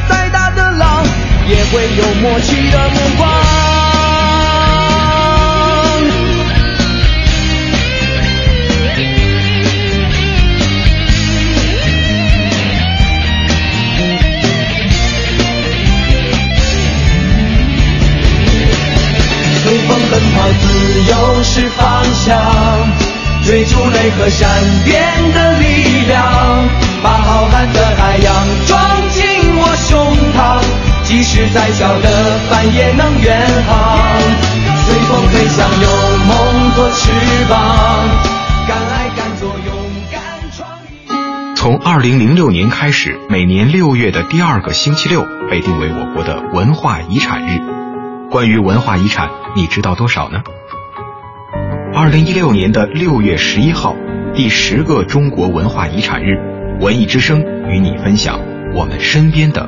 [SPEAKER 7] 再大的浪，也会有默契的目光。随风奔跑，自由是方向，追逐雷和闪电的力量，把浩瀚的海洋装进我胸膛，即使再小的帆也能远航。随风飞翔，有梦做翅膀，敢爱敢做，勇敢闯。
[SPEAKER 8] 从二零零六年开始，每年六月的第二个星期六被定为我国的文化遗产日。关于文化遗产，你知道多少呢？二零一六年的六月十一号，第十个中国文化遗产日，文艺之声与你分享我们身边的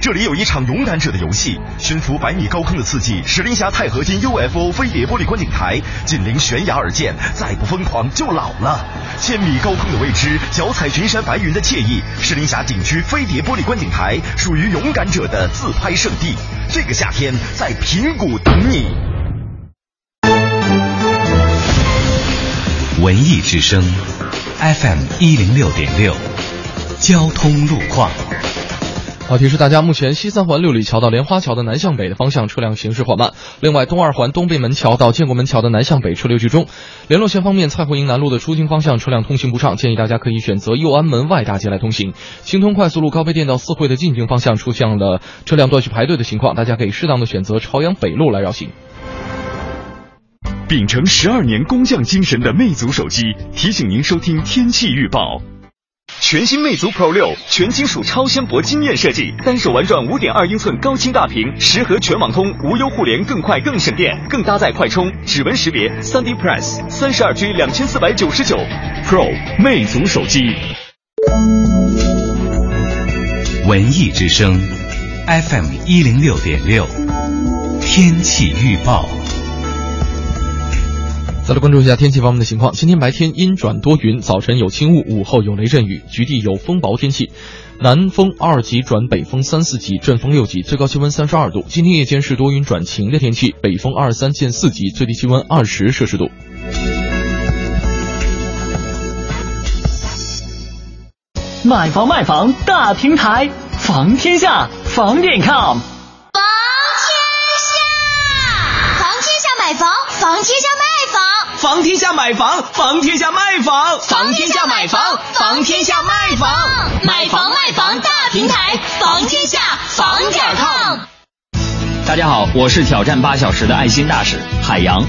[SPEAKER 9] 这里有一场勇敢者的游戏，悬浮百米高空的刺激，石林峡钛合金 UFO 飞碟玻璃观景台，紧邻悬崖而建，再不疯狂就老了。千米高空的未知，脚踩群山白云的惬意，石林峡景区飞碟玻璃观景台属于勇敢者的自拍圣地。这个夏天在平谷等你。
[SPEAKER 10] 文艺之声，FM 一零六点六，交通路况。
[SPEAKER 2] 好，提示大家，目前西三环六里桥到莲花桥的南向北的方向车辆行驶缓慢。另外，东二环东北门桥到建国门桥的南向北车流居中。联络线方面，蔡慧营南路的出京方向车辆通行不畅，建议大家可以选择右安门外大街来通行。青通快速路高碑店到四惠的进京方向出现了车辆断续排队的情况，大家可以适当的选择朝阳北路来绕行。
[SPEAKER 9] 秉承十二年工匠精神的魅族手机提醒您收听天气预报。全新魅族 Pro 六，全金属超纤薄惊艳设计，单手玩转五点二英寸高清大屏，十核全网通，无忧互联，更快更省电，更搭载快充、指纹识别、三 D Press，三十二 G 两千四百九十九，Pro 魅族手机。
[SPEAKER 10] 文艺之声，FM 一零六点六，天气预报。
[SPEAKER 2] 再来关注一下天气方面的情况。今天白天阴转多云，早晨有轻雾，午后有雷阵雨，局地有风雹天气。南风二级转北风三四级，阵风六级，最高气温三十二度。今天夜间是多云转晴的天气，北风二三见四级，最低气温二十摄氏度。
[SPEAKER 11] 卖房卖房大平台，房天下，房点 com。
[SPEAKER 5] 房天下，房天下买房，房天下卖房，
[SPEAKER 7] 房天下买房，房天下卖房，房天下买房，房天下卖房，
[SPEAKER 5] 买房卖房大平台，房天下，房点 com。
[SPEAKER 12] 大家好，我是挑战八小时的爱心大使海洋。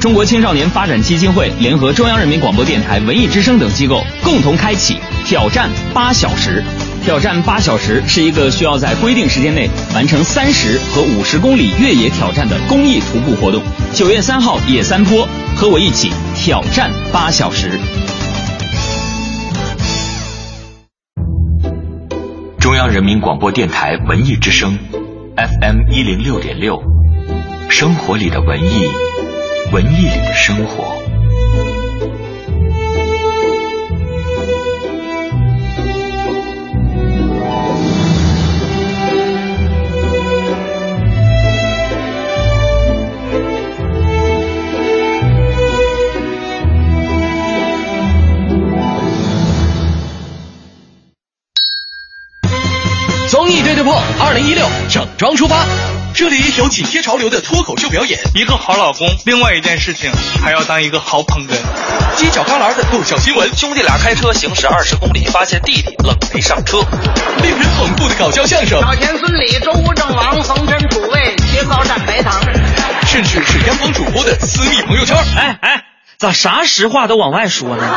[SPEAKER 12] 中国青少年发展基金会联合中央人民广播电台、文艺之声等机构共同开启“挑战八小时”。挑战八小时是一个需要在规定时间内完成三十和五十公里越野挑战的公益徒步活动。九月三号，野三坡，和我一起挑战八小时。
[SPEAKER 10] 中央人民广播电台文艺之声，FM 一零六点六，生活里的文艺，文艺里的生活。
[SPEAKER 13] 综艺对对破，二零一六整装出发。这里有紧贴潮流的脱口秀表演，一个好老公，另外一件事情还要当一个好捧哏，犄角旮旯的搞笑新闻，兄弟俩开车行驶二十公里，发现弟弟冷没上车，令人捧腹的搞笑相声，
[SPEAKER 3] 老田、孙李、周吴、郑王、冯真、楚卫、薛高、占白糖。
[SPEAKER 13] 甚至是央广主播的私密朋友圈。哎哎，咋啥实话都往外说呢？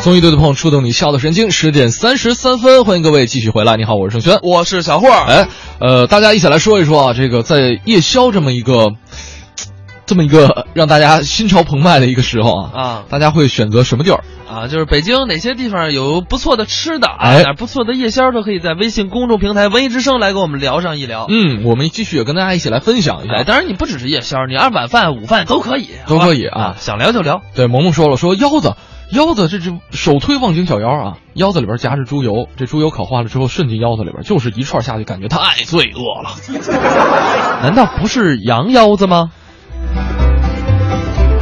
[SPEAKER 2] 综艺对对碰，触动你笑的神经。十点三十三分，欢迎各位继续回来。你好，我是盛轩，
[SPEAKER 13] 我是小霍。
[SPEAKER 2] 哎，呃，大家一起来说一说啊，这个在夜宵这么一个。
[SPEAKER 1] 这么一个让大家心潮澎湃的一个时候啊，
[SPEAKER 2] 啊
[SPEAKER 1] 大家会选择什么地儿？
[SPEAKER 2] 啊，就是北京哪些地方有不错的吃的啊，
[SPEAKER 1] 哎
[SPEAKER 2] 哪儿不错的夜宵都可以在微信公众平台“文艺之声”来跟我们聊上一聊。
[SPEAKER 1] 嗯，我们继续也跟大家一起来分享一下。
[SPEAKER 2] 哎，当然你不只是夜宵，你二晚饭、午饭都可以。
[SPEAKER 1] 都可以啊，
[SPEAKER 2] 想聊就聊。
[SPEAKER 1] 对，萌萌说了，说腰子，腰子这只首推望京小腰啊，腰子里边夹着猪油，这猪油烤化了之后渗进腰子里边，就是一串下去，感觉太罪恶了。难道不是羊腰子吗？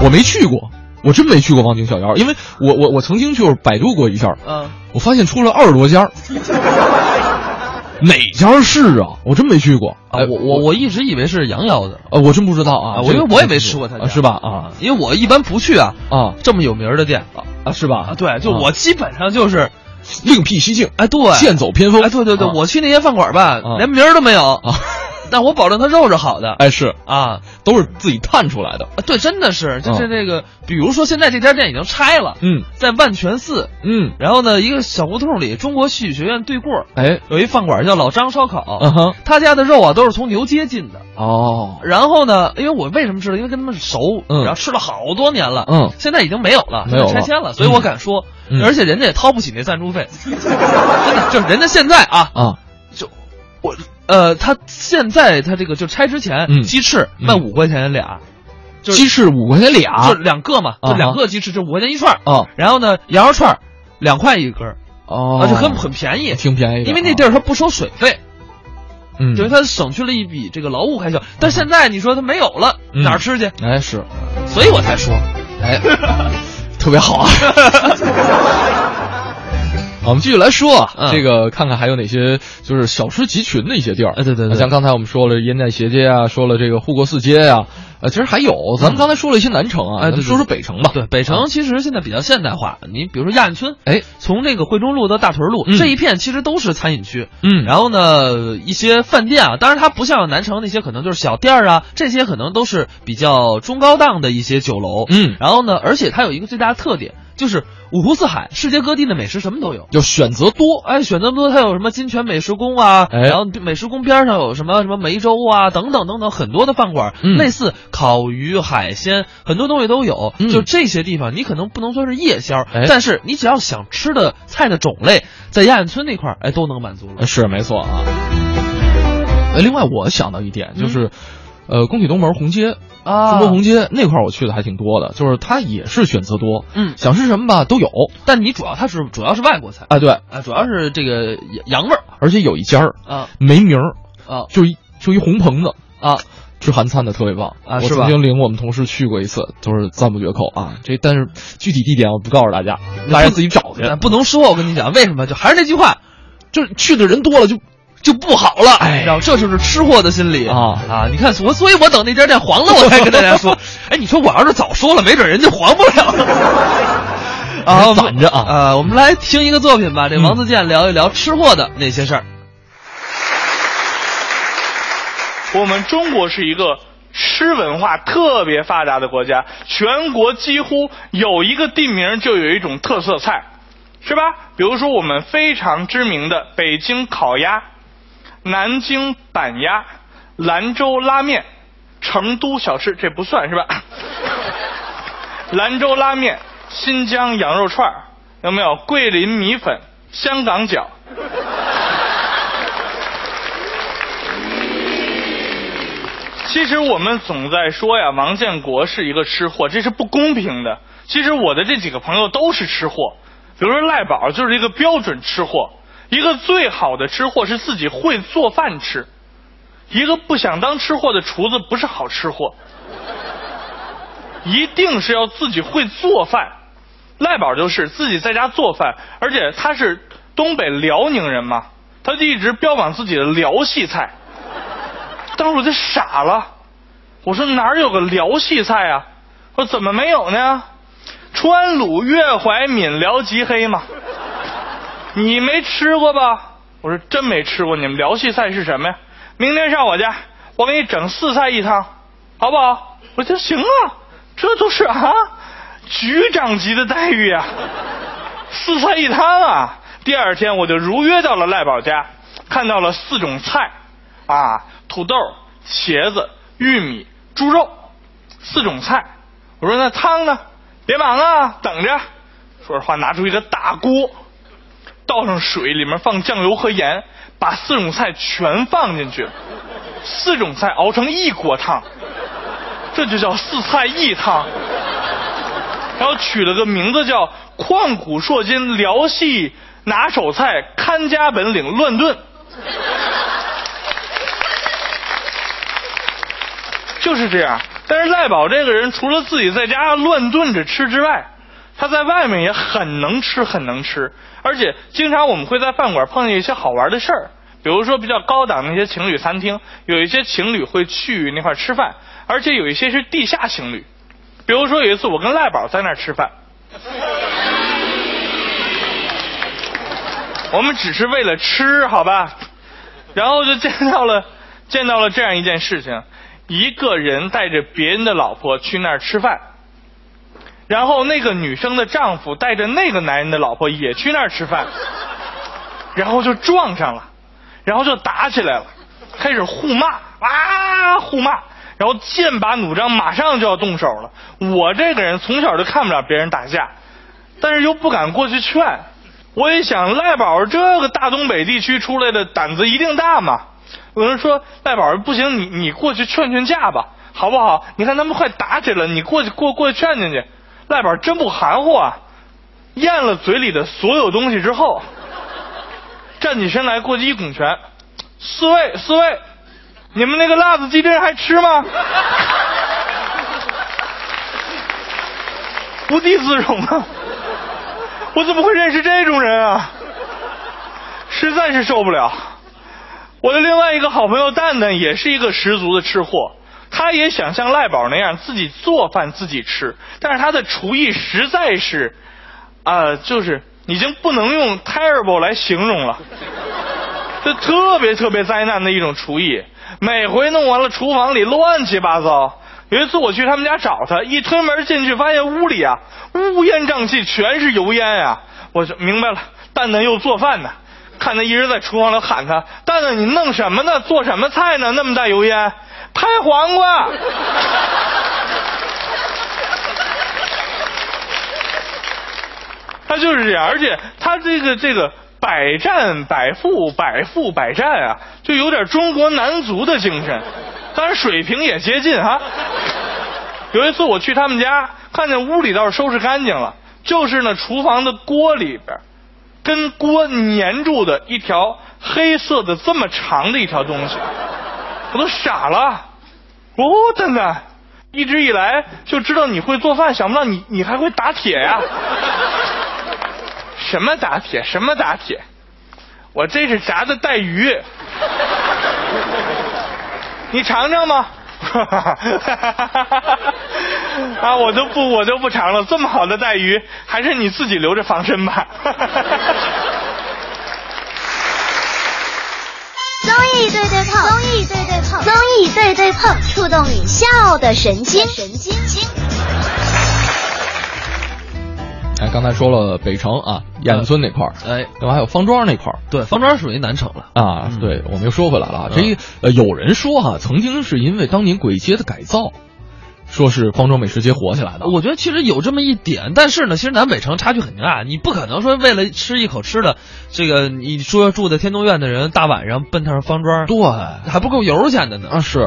[SPEAKER 1] 我没去过，我真没去过望京小腰，因为我我我曾经就是百度过一下，
[SPEAKER 2] 嗯，
[SPEAKER 1] 我发现出了二十多家，哪家是啊？我真没去过。
[SPEAKER 2] 啊，我我我一直以为是羊腰子，
[SPEAKER 1] 呃，我真不知道啊，
[SPEAKER 2] 啊
[SPEAKER 1] 这
[SPEAKER 2] 我
[SPEAKER 1] 个
[SPEAKER 2] 因为我也没吃过他家
[SPEAKER 1] 啊是吧？啊，
[SPEAKER 2] 因为我一般不去啊
[SPEAKER 1] 啊
[SPEAKER 2] 这么有名儿的店啊
[SPEAKER 1] 啊是吧？
[SPEAKER 2] 对，就
[SPEAKER 1] 啊
[SPEAKER 2] 我基本上就是
[SPEAKER 1] 另辟蹊径，
[SPEAKER 2] 哎对，
[SPEAKER 1] 剑走偏锋，
[SPEAKER 2] 哎对对对，
[SPEAKER 1] 啊
[SPEAKER 2] 我去那些饭馆吧，连名儿都没有啊， 但我保证它肉是好的。
[SPEAKER 1] 哎是
[SPEAKER 2] 啊，
[SPEAKER 1] 都是自己探出来的。
[SPEAKER 2] 啊，对，真的是，就是
[SPEAKER 1] 嗯
[SPEAKER 2] 那个，比如说现在这家店已经拆了，
[SPEAKER 1] 嗯，
[SPEAKER 2] 在万泉寺，
[SPEAKER 1] 嗯，
[SPEAKER 2] 然后呢，一个小胡同里，中国戏曲学院对过儿
[SPEAKER 1] 哎，
[SPEAKER 2] 有一饭馆叫老张烧烤，
[SPEAKER 1] 嗯哼，
[SPEAKER 2] 他家的肉啊都是从牛街进的。
[SPEAKER 1] 哦，
[SPEAKER 2] 然后呢？因为我为什么知道？因为跟他们熟，
[SPEAKER 1] 嗯
[SPEAKER 2] 然后吃了好多年了，
[SPEAKER 1] 嗯
[SPEAKER 2] 现在已经没有了，
[SPEAKER 1] 没有了
[SPEAKER 2] 现在拆迁了，所以我敢说，
[SPEAKER 1] 嗯
[SPEAKER 2] 而且人家也掏不起那赞助费， 真的，就是人家现在啊，
[SPEAKER 1] 啊，
[SPEAKER 2] 呃，他现在他这个就拆之前，
[SPEAKER 1] 嗯
[SPEAKER 2] 鸡翅卖五块钱俩，就是
[SPEAKER 1] 鸡翅五块钱俩
[SPEAKER 2] 就，两个嘛，
[SPEAKER 1] 啊
[SPEAKER 2] 就两个鸡翅就五块钱一串儿
[SPEAKER 1] 啊，
[SPEAKER 2] 然后呢，羊肉串儿两块一根儿，
[SPEAKER 1] 哦
[SPEAKER 2] 啊，就很很便宜，
[SPEAKER 1] 挺便宜的啊
[SPEAKER 2] 因为那地儿他不收水费，
[SPEAKER 1] 嗯，
[SPEAKER 2] 等于他省去了一笔这个劳务开销。但现在你说他没有了，
[SPEAKER 1] 嗯
[SPEAKER 2] 哪儿吃去？
[SPEAKER 1] 哎是，
[SPEAKER 2] 所以我才说，
[SPEAKER 1] 哎，特别好啊。 好我们继续来说啊，
[SPEAKER 2] 嗯
[SPEAKER 1] 这个看看还有哪些就是小吃集群的一些地儿。哎，
[SPEAKER 2] 对对
[SPEAKER 1] 像刚才我们说了烟袋斜街啊，说了这个护国寺街啊，呃，其实还有，咱们刚才说了一些南城啊，
[SPEAKER 2] 嗯
[SPEAKER 1] 咱
[SPEAKER 2] 哎
[SPEAKER 1] 们
[SPEAKER 2] 对对
[SPEAKER 1] 说说北城吧。
[SPEAKER 2] 对，北城其实现在比较现代化。你比如说亚运村，
[SPEAKER 1] 哎，
[SPEAKER 2] 从这个惠中路到大屯路、
[SPEAKER 1] 嗯
[SPEAKER 2] 这一片，其实都是餐饮区。
[SPEAKER 1] 嗯
[SPEAKER 2] 然后呢，一些饭店啊，当然它不像南城那些可能就是小店儿啊，这些可能都是比较中高档的一些酒楼。
[SPEAKER 1] 嗯
[SPEAKER 2] 然后呢，而且它有一个最大的特点，就是五湖四海，世界各地的美食什么都有。
[SPEAKER 1] 就选择多，
[SPEAKER 2] 哎，选择多，它有什么金泉美食宫啊，
[SPEAKER 1] 哎
[SPEAKER 2] 然后美食宫边上有什么什么梅州啊，等等等等，很多的饭馆，
[SPEAKER 1] 嗯
[SPEAKER 2] 类似烤鱼、海鲜，很多东西都有。
[SPEAKER 1] 嗯
[SPEAKER 2] 就这些地方，你可能不能说是夜宵，
[SPEAKER 1] 哎
[SPEAKER 2] 但是你只要想吃的菜的种类，在亚运村那块儿，哎，都能满足了。
[SPEAKER 1] 是没错啊。呃，另外我想到一点就是，呃，工体东门红街
[SPEAKER 2] 嗯啊
[SPEAKER 1] 中国红街那块儿我去的还挺多的，就是它也是选择多，
[SPEAKER 2] 嗯
[SPEAKER 1] 想吃什么吧都有。
[SPEAKER 2] 但你主要它是主要是外国菜
[SPEAKER 1] 啊，对，
[SPEAKER 2] 啊，主要是这个洋洋味儿
[SPEAKER 1] 而且有一家儿
[SPEAKER 2] 啊
[SPEAKER 1] 没名儿，
[SPEAKER 2] 啊
[SPEAKER 1] 就一就一红棚子
[SPEAKER 2] 啊，
[SPEAKER 1] 吃韩餐的特别棒
[SPEAKER 2] 啊
[SPEAKER 1] 我
[SPEAKER 2] 是
[SPEAKER 1] 曾
[SPEAKER 2] 吧
[SPEAKER 1] 经领我们同事去过一次，就是赞不绝口啊。这但是具体地点我不告诉大家，大家自己找去。
[SPEAKER 2] 哎不能说，我跟你讲，为什么？就还是那句话，
[SPEAKER 1] 就是去的人多了就
[SPEAKER 2] 就不好了，
[SPEAKER 1] 哎
[SPEAKER 2] 你知道，这就是吃货的心理
[SPEAKER 1] 啊
[SPEAKER 2] 啊！你看我，所以我等那家店黄了，我才跟大家说。 哎，你说我要是早说了，没准人家黄不 了了。啊，我们
[SPEAKER 1] 攒着啊
[SPEAKER 2] 啊！我们来听一个作品吧，这王自健聊一聊吃货的那些事儿。
[SPEAKER 13] 我们中国是一个吃文化特别发达的国家，全国几乎有一个地名就有一种特色菜，是吧？比如说我们非常知名的北京烤鸭、南京板鸭、兰州拉面、成都小吃，这不算是吧？ 兰州拉面、新疆羊肉串儿，有没有？桂林米粉、香港脚，其实我们总在说呀，王建国是一个吃货，这是不公平的。其实我的这几个朋友都是吃货，比如说赖宝就是一个标准吃货。一个最好的吃货是自己会做饭吃，一个不想当吃货的厨子不是好吃货，一定是要自己会做饭。赖宝就是自己在家做饭，而且他是东北辽宁人嘛，他就一直标榜自己的辽系菜。当时我就傻了，我说哪儿有个辽系菜啊？我说怎么没有呢？川鲁粤淮闽辽吉黑嘛，你没吃过吧？我说真没吃过，你们辽系菜是什么呀？明天上我家，我给你整四菜一汤，好不好？我说行啊，这都是啊局长级的待遇啊，四菜一汤啊。第二天我就如约到了赖宝家，看到了四种菜。啊，土豆、茄子、玉米、猪肉，四种菜。我说那汤呢？别忙啊，等着。说实话，拿出一个大锅，倒上水，里面放酱油和盐，把四种菜全放进去，四种菜熬成一锅汤，这就叫四菜一汤。然后取了个名字叫“旷古烁今辽系拿手菜看家本领乱炖”，就是这样。但是赖宝这个人，除了自己在家乱炖着吃之外，他在外面也很能吃，很能吃。而且经常我们会在饭馆碰见一些好玩的事儿，比如说比较高档的一些情侣餐厅，有一些情侣会去那块儿吃饭，而且有一些是地下情侣。比如说有一次我跟赖宝在那儿吃饭，我们只是为了吃，好吧？然后就见到了 见到了这样一件事情：一个人带着别人的老婆去那儿吃饭，然后那个女生的丈夫带着那个男人的老婆也去那儿吃饭，然后就撞上了，然后就打起来了，开始互骂啊互骂。然后剑拔弩张，马上就要动手了。我这个人从小就看不了别人打架，但是又不敢过去劝。我一想，赖宝这个大东北地区出来的胆子一定大嘛。有人说赖宝不行，你你过去劝劝架吧，好不好？你看他们快打起来了，你过去过过去劝劝去。赖宝真不含糊啊，咽了嘴里的所有东西之后，站起身来过去一拱拳，四位四位。你们那个辣子鸡胗还吃吗？不地自容啊！我怎么会认识这种人啊？实在是受不了。我的另外一个好朋友蛋蛋也是一个十足的吃货，他也想像赖宝那样自己做饭自己吃，但是他的厨艺实在是，啊、就是已经不能用 terrible 来形容了。这特别特别灾难的一种厨艺，每回弄完了，厨房里乱七八糟。有一次我去他们家找他，一推门进去，发现屋里啊乌烟瘴气，全是油烟啊！我就明白了，蛋蛋又做饭呢。看他一直在厨房里喊他：“蛋蛋，你弄什么呢？做什么菜呢？那么大油烟，拍黄瓜。” 他就是这样，而且他这个这个百战百富，百富百战啊，就有点中国男足的精神，当然水平也接近哈。有一次我去他们家，看见屋里倒是收拾干净了，就是那厨房的锅里边，跟锅粘住的一条黑色的这么长的一条东西，我都傻了。哦，蛋蛋，一直以来就知道你会做饭，想不到你你还会打铁呀、什么打铁？什么打铁？我这是炸的带鱼，你尝尝吗？ 啊，我都不，我都不尝了。这么好的带鱼，还是你自己留着防身吧。
[SPEAKER 14] 综艺对对碰，综艺对对碰，综艺对对碰，触动你笑的神经，神经经。
[SPEAKER 1] 哎，刚才说了北城啊，燕子村那块儿，
[SPEAKER 2] 哎，
[SPEAKER 1] 另外还有方庄那块儿，
[SPEAKER 2] 对，嗯方庄属于南城了
[SPEAKER 1] 啊。
[SPEAKER 2] 嗯
[SPEAKER 1] 对，我们又说回来了啊，这一呃，有人说哈、曾经是因为当年簋街的改造，说是方庄美食街火起来的。
[SPEAKER 2] 我觉得其实有这么一点，但是呢，其实南北城差距很大，你不可能说为了吃一口吃的，这个你说住在天通苑的人大晚上奔趟方庄，
[SPEAKER 1] 对，
[SPEAKER 2] 还不够油钱的呢
[SPEAKER 1] 啊，是。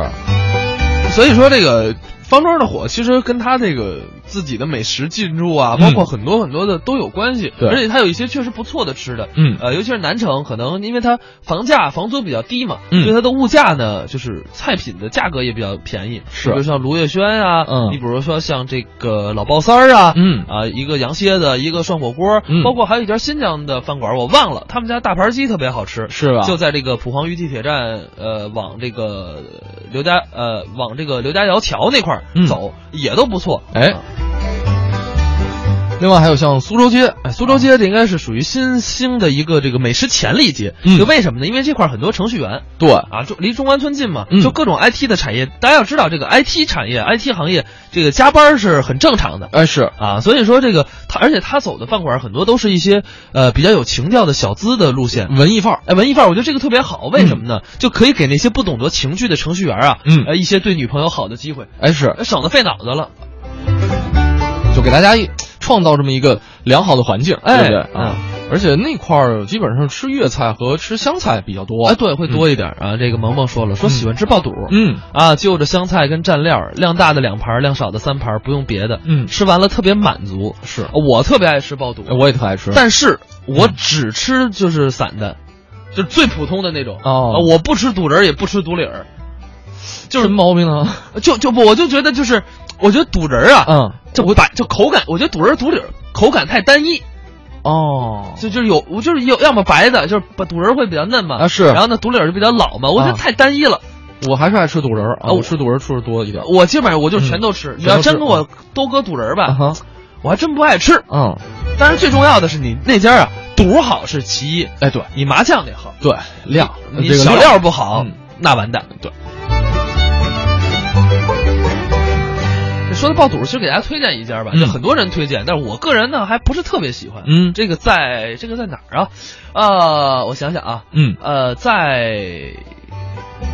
[SPEAKER 2] 所以说这个方庄的火，其实跟他这个自己的美食进驻啊，包括很多很多的都有关系。
[SPEAKER 1] 嗯对
[SPEAKER 2] 而且它有一些确实不错的吃的。
[SPEAKER 1] 嗯
[SPEAKER 2] 呃，尤其是南城，可能因为它房价房租比较低嘛，
[SPEAKER 1] 嗯
[SPEAKER 2] 所以它的物价呢，就是菜品的价格也比较便宜。
[SPEAKER 1] 是
[SPEAKER 2] 比如像卢月轩啊，
[SPEAKER 1] 嗯
[SPEAKER 2] 你比如说像这个老鲍三儿啊，
[SPEAKER 1] 嗯
[SPEAKER 2] 啊，一个羊蝎子，一个涮火锅，
[SPEAKER 1] 嗯
[SPEAKER 2] 包括还有一家新疆的饭馆，我忘了，他们家大盘鸡特别好吃，
[SPEAKER 1] 是吧
[SPEAKER 2] 就在这个普黄峪地铁站，呃，往这个刘家呃嗯哎啊往这个刘家窑桥那块儿走，也都不错。
[SPEAKER 1] 哎，
[SPEAKER 2] 另外还有像苏州街，哎，苏州街这应该是属于新兴的一个这个美食潜力街。嗯，就为什么呢？因为这块儿很多程序员。
[SPEAKER 1] 对
[SPEAKER 2] 啊，就离中关村近嘛，就各种 IT 的产业，大家要知道这个 IT 产业、IT 行业这个加班是很正常的。
[SPEAKER 1] 哎，是
[SPEAKER 2] 啊，所以说这个他，而且他走的饭馆很多都是一些呃比较有情调的小资的路线，
[SPEAKER 1] 文艺范儿。
[SPEAKER 2] 哎，文艺范儿，我觉得这个特别好。为什么呢？就可以给那些不懂得情趣的程序员啊，
[SPEAKER 1] 嗯
[SPEAKER 2] 呃，一些对女朋友好的机会。
[SPEAKER 1] 哎是，
[SPEAKER 2] 省得费脑子了。
[SPEAKER 1] 就给大家一创造这么一个良好的环境，
[SPEAKER 2] 哎
[SPEAKER 1] 对不对啊？而且那块儿基本上吃粤菜和吃湘菜比较多，
[SPEAKER 2] 哎，对，会多一点、啊。这个萌萌说了，说喜欢吃爆肚，
[SPEAKER 1] 嗯
[SPEAKER 2] 啊，就着香菜跟蘸料，量大的两盘，量少的三盘，不用别的，
[SPEAKER 1] 嗯
[SPEAKER 2] 吃完了特别满足。
[SPEAKER 1] 是
[SPEAKER 2] 我特别爱吃爆肚，
[SPEAKER 1] 哎我也特爱吃，
[SPEAKER 2] 但是我只吃就是散的，就是最普通的那种。
[SPEAKER 1] 哦
[SPEAKER 2] 啊我不吃肚仁儿，也不吃肚里儿，就是
[SPEAKER 1] 毛病啊呢？
[SPEAKER 2] 就就不，我就觉得就是，我觉得肚仁儿啊，
[SPEAKER 1] 嗯，
[SPEAKER 2] 就我把就口感，我觉得肚仁儿肚里儿口感太单一。
[SPEAKER 1] 哦，
[SPEAKER 2] 就就是有，我就是有，要么白的，就是把肚仁儿会比较嫩嘛，
[SPEAKER 1] 啊是
[SPEAKER 2] 然后呢，肚里儿就比较老嘛，我觉得
[SPEAKER 1] 啊
[SPEAKER 2] 太单一了。
[SPEAKER 1] 我还是爱吃肚仁儿啊，
[SPEAKER 2] 哦
[SPEAKER 1] 我吃肚仁儿吃的多一点。
[SPEAKER 2] 我基本上我就全都
[SPEAKER 1] 嗯
[SPEAKER 2] 吃。你要真给
[SPEAKER 1] 啊
[SPEAKER 2] 我都搁肚仁儿吧，我还真不爱吃。
[SPEAKER 1] 嗯，
[SPEAKER 2] 但是最重要的是你那家啊，肚儿好是其一，
[SPEAKER 1] 哎对，
[SPEAKER 2] 你麻酱得好，
[SPEAKER 1] 对量，
[SPEAKER 2] 你
[SPEAKER 1] 这个嗯
[SPEAKER 2] 小料不好，那完蛋。
[SPEAKER 1] 对。
[SPEAKER 2] 说到爆肚，其实给大家推荐一家吧，
[SPEAKER 1] 嗯
[SPEAKER 2] 就很多人推荐，但是我个人呢还不是特别喜欢。
[SPEAKER 1] 嗯
[SPEAKER 2] 这个在这个在哪儿啊？呃，我想想啊，
[SPEAKER 1] 嗯
[SPEAKER 2] 呃，在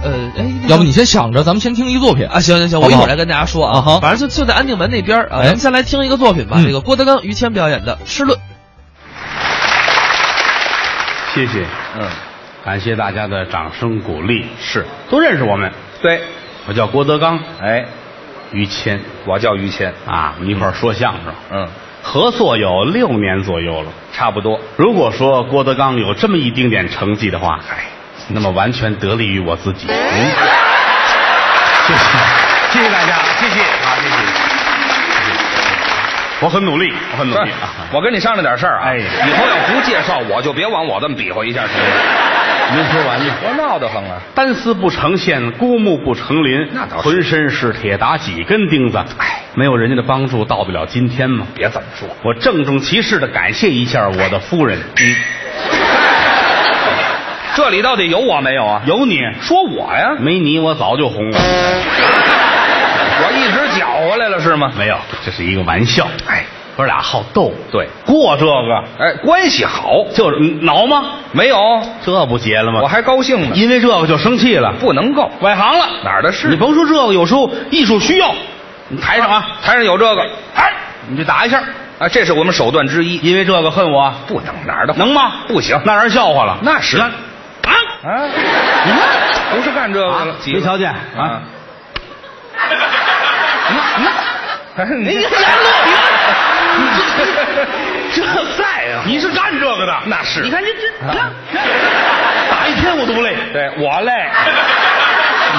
[SPEAKER 2] 呃，哎，那
[SPEAKER 1] 要不你先想着，咱们先听一个作品
[SPEAKER 2] 啊，行行行，
[SPEAKER 1] 好
[SPEAKER 2] 我
[SPEAKER 1] 不
[SPEAKER 2] 一
[SPEAKER 1] 好
[SPEAKER 2] 会儿再跟大家说
[SPEAKER 1] 啊哈
[SPEAKER 2] 反正就就在安定门那边儿啊。
[SPEAKER 1] 哎
[SPEAKER 2] 咱们先来听一个作品吧，
[SPEAKER 1] 嗯
[SPEAKER 2] 这个郭德纲、于谦表演的《吃论》。
[SPEAKER 15] 谢谢，嗯，感谢大家的掌声鼓励，是都认识我们，对，我叫郭德纲，哎，于谦，我叫于谦啊，我们一块儿说相声，嗯，合作有六年左右了，差不多。如果说郭德纲有这么一丁点成绩的话，哎，那么完全得力于我自己，嗯，谢谢，谢谢大家，谢谢啊，谢谢。我很努力，我很努力啊！
[SPEAKER 16] 我跟你商量点事儿啊，
[SPEAKER 15] 哎
[SPEAKER 16] 以后要不介绍我就别往我这么比划一下，行吗？
[SPEAKER 15] 您说完了，
[SPEAKER 16] 我闹得很啊！
[SPEAKER 15] 单丝不成线，孤木不成林，那倒浑身是铁，打几根钉子。哎，没有人家的帮助，到不了今天嘛。别这么说，我郑重其事的感谢一下我的夫人。嗯，
[SPEAKER 16] 这里到底有我没有啊？
[SPEAKER 15] 有你
[SPEAKER 16] 说我呀，
[SPEAKER 15] 没你我早就红了。
[SPEAKER 16] 我一直搅和来了是吗？
[SPEAKER 15] 没有，这是一个玩笑。哎，哥俩好斗，对，过这个，
[SPEAKER 16] 哎，关系好，
[SPEAKER 15] 就是嗯挠吗？
[SPEAKER 16] 没有，
[SPEAKER 15] 这不结了吗？
[SPEAKER 16] 我还高兴呢，
[SPEAKER 15] 因为这个就生气了，
[SPEAKER 16] 不能够
[SPEAKER 15] 外行了。
[SPEAKER 16] 哪儿的事？嗯
[SPEAKER 15] 你甭说这个，有时候艺术需要，你台上啊，
[SPEAKER 16] 台上有这个，
[SPEAKER 15] 哎，你就打一下。
[SPEAKER 16] 啊，这是我们手段之一。
[SPEAKER 15] 因为这个恨我，啊
[SPEAKER 16] 不能哪儿的话
[SPEAKER 15] 能吗？
[SPEAKER 16] 不行，
[SPEAKER 15] 那让人笑话了。
[SPEAKER 16] 那是
[SPEAKER 15] 你看
[SPEAKER 16] 啊，不是干这个的了，急了
[SPEAKER 15] 没瞧见
[SPEAKER 16] 啊
[SPEAKER 15] 啊？
[SPEAKER 16] 那那，你
[SPEAKER 15] 这在啊！你是干这个的，
[SPEAKER 16] 那是啊
[SPEAKER 15] 你看这这，你看打一天我都不累。
[SPEAKER 16] 对我 累，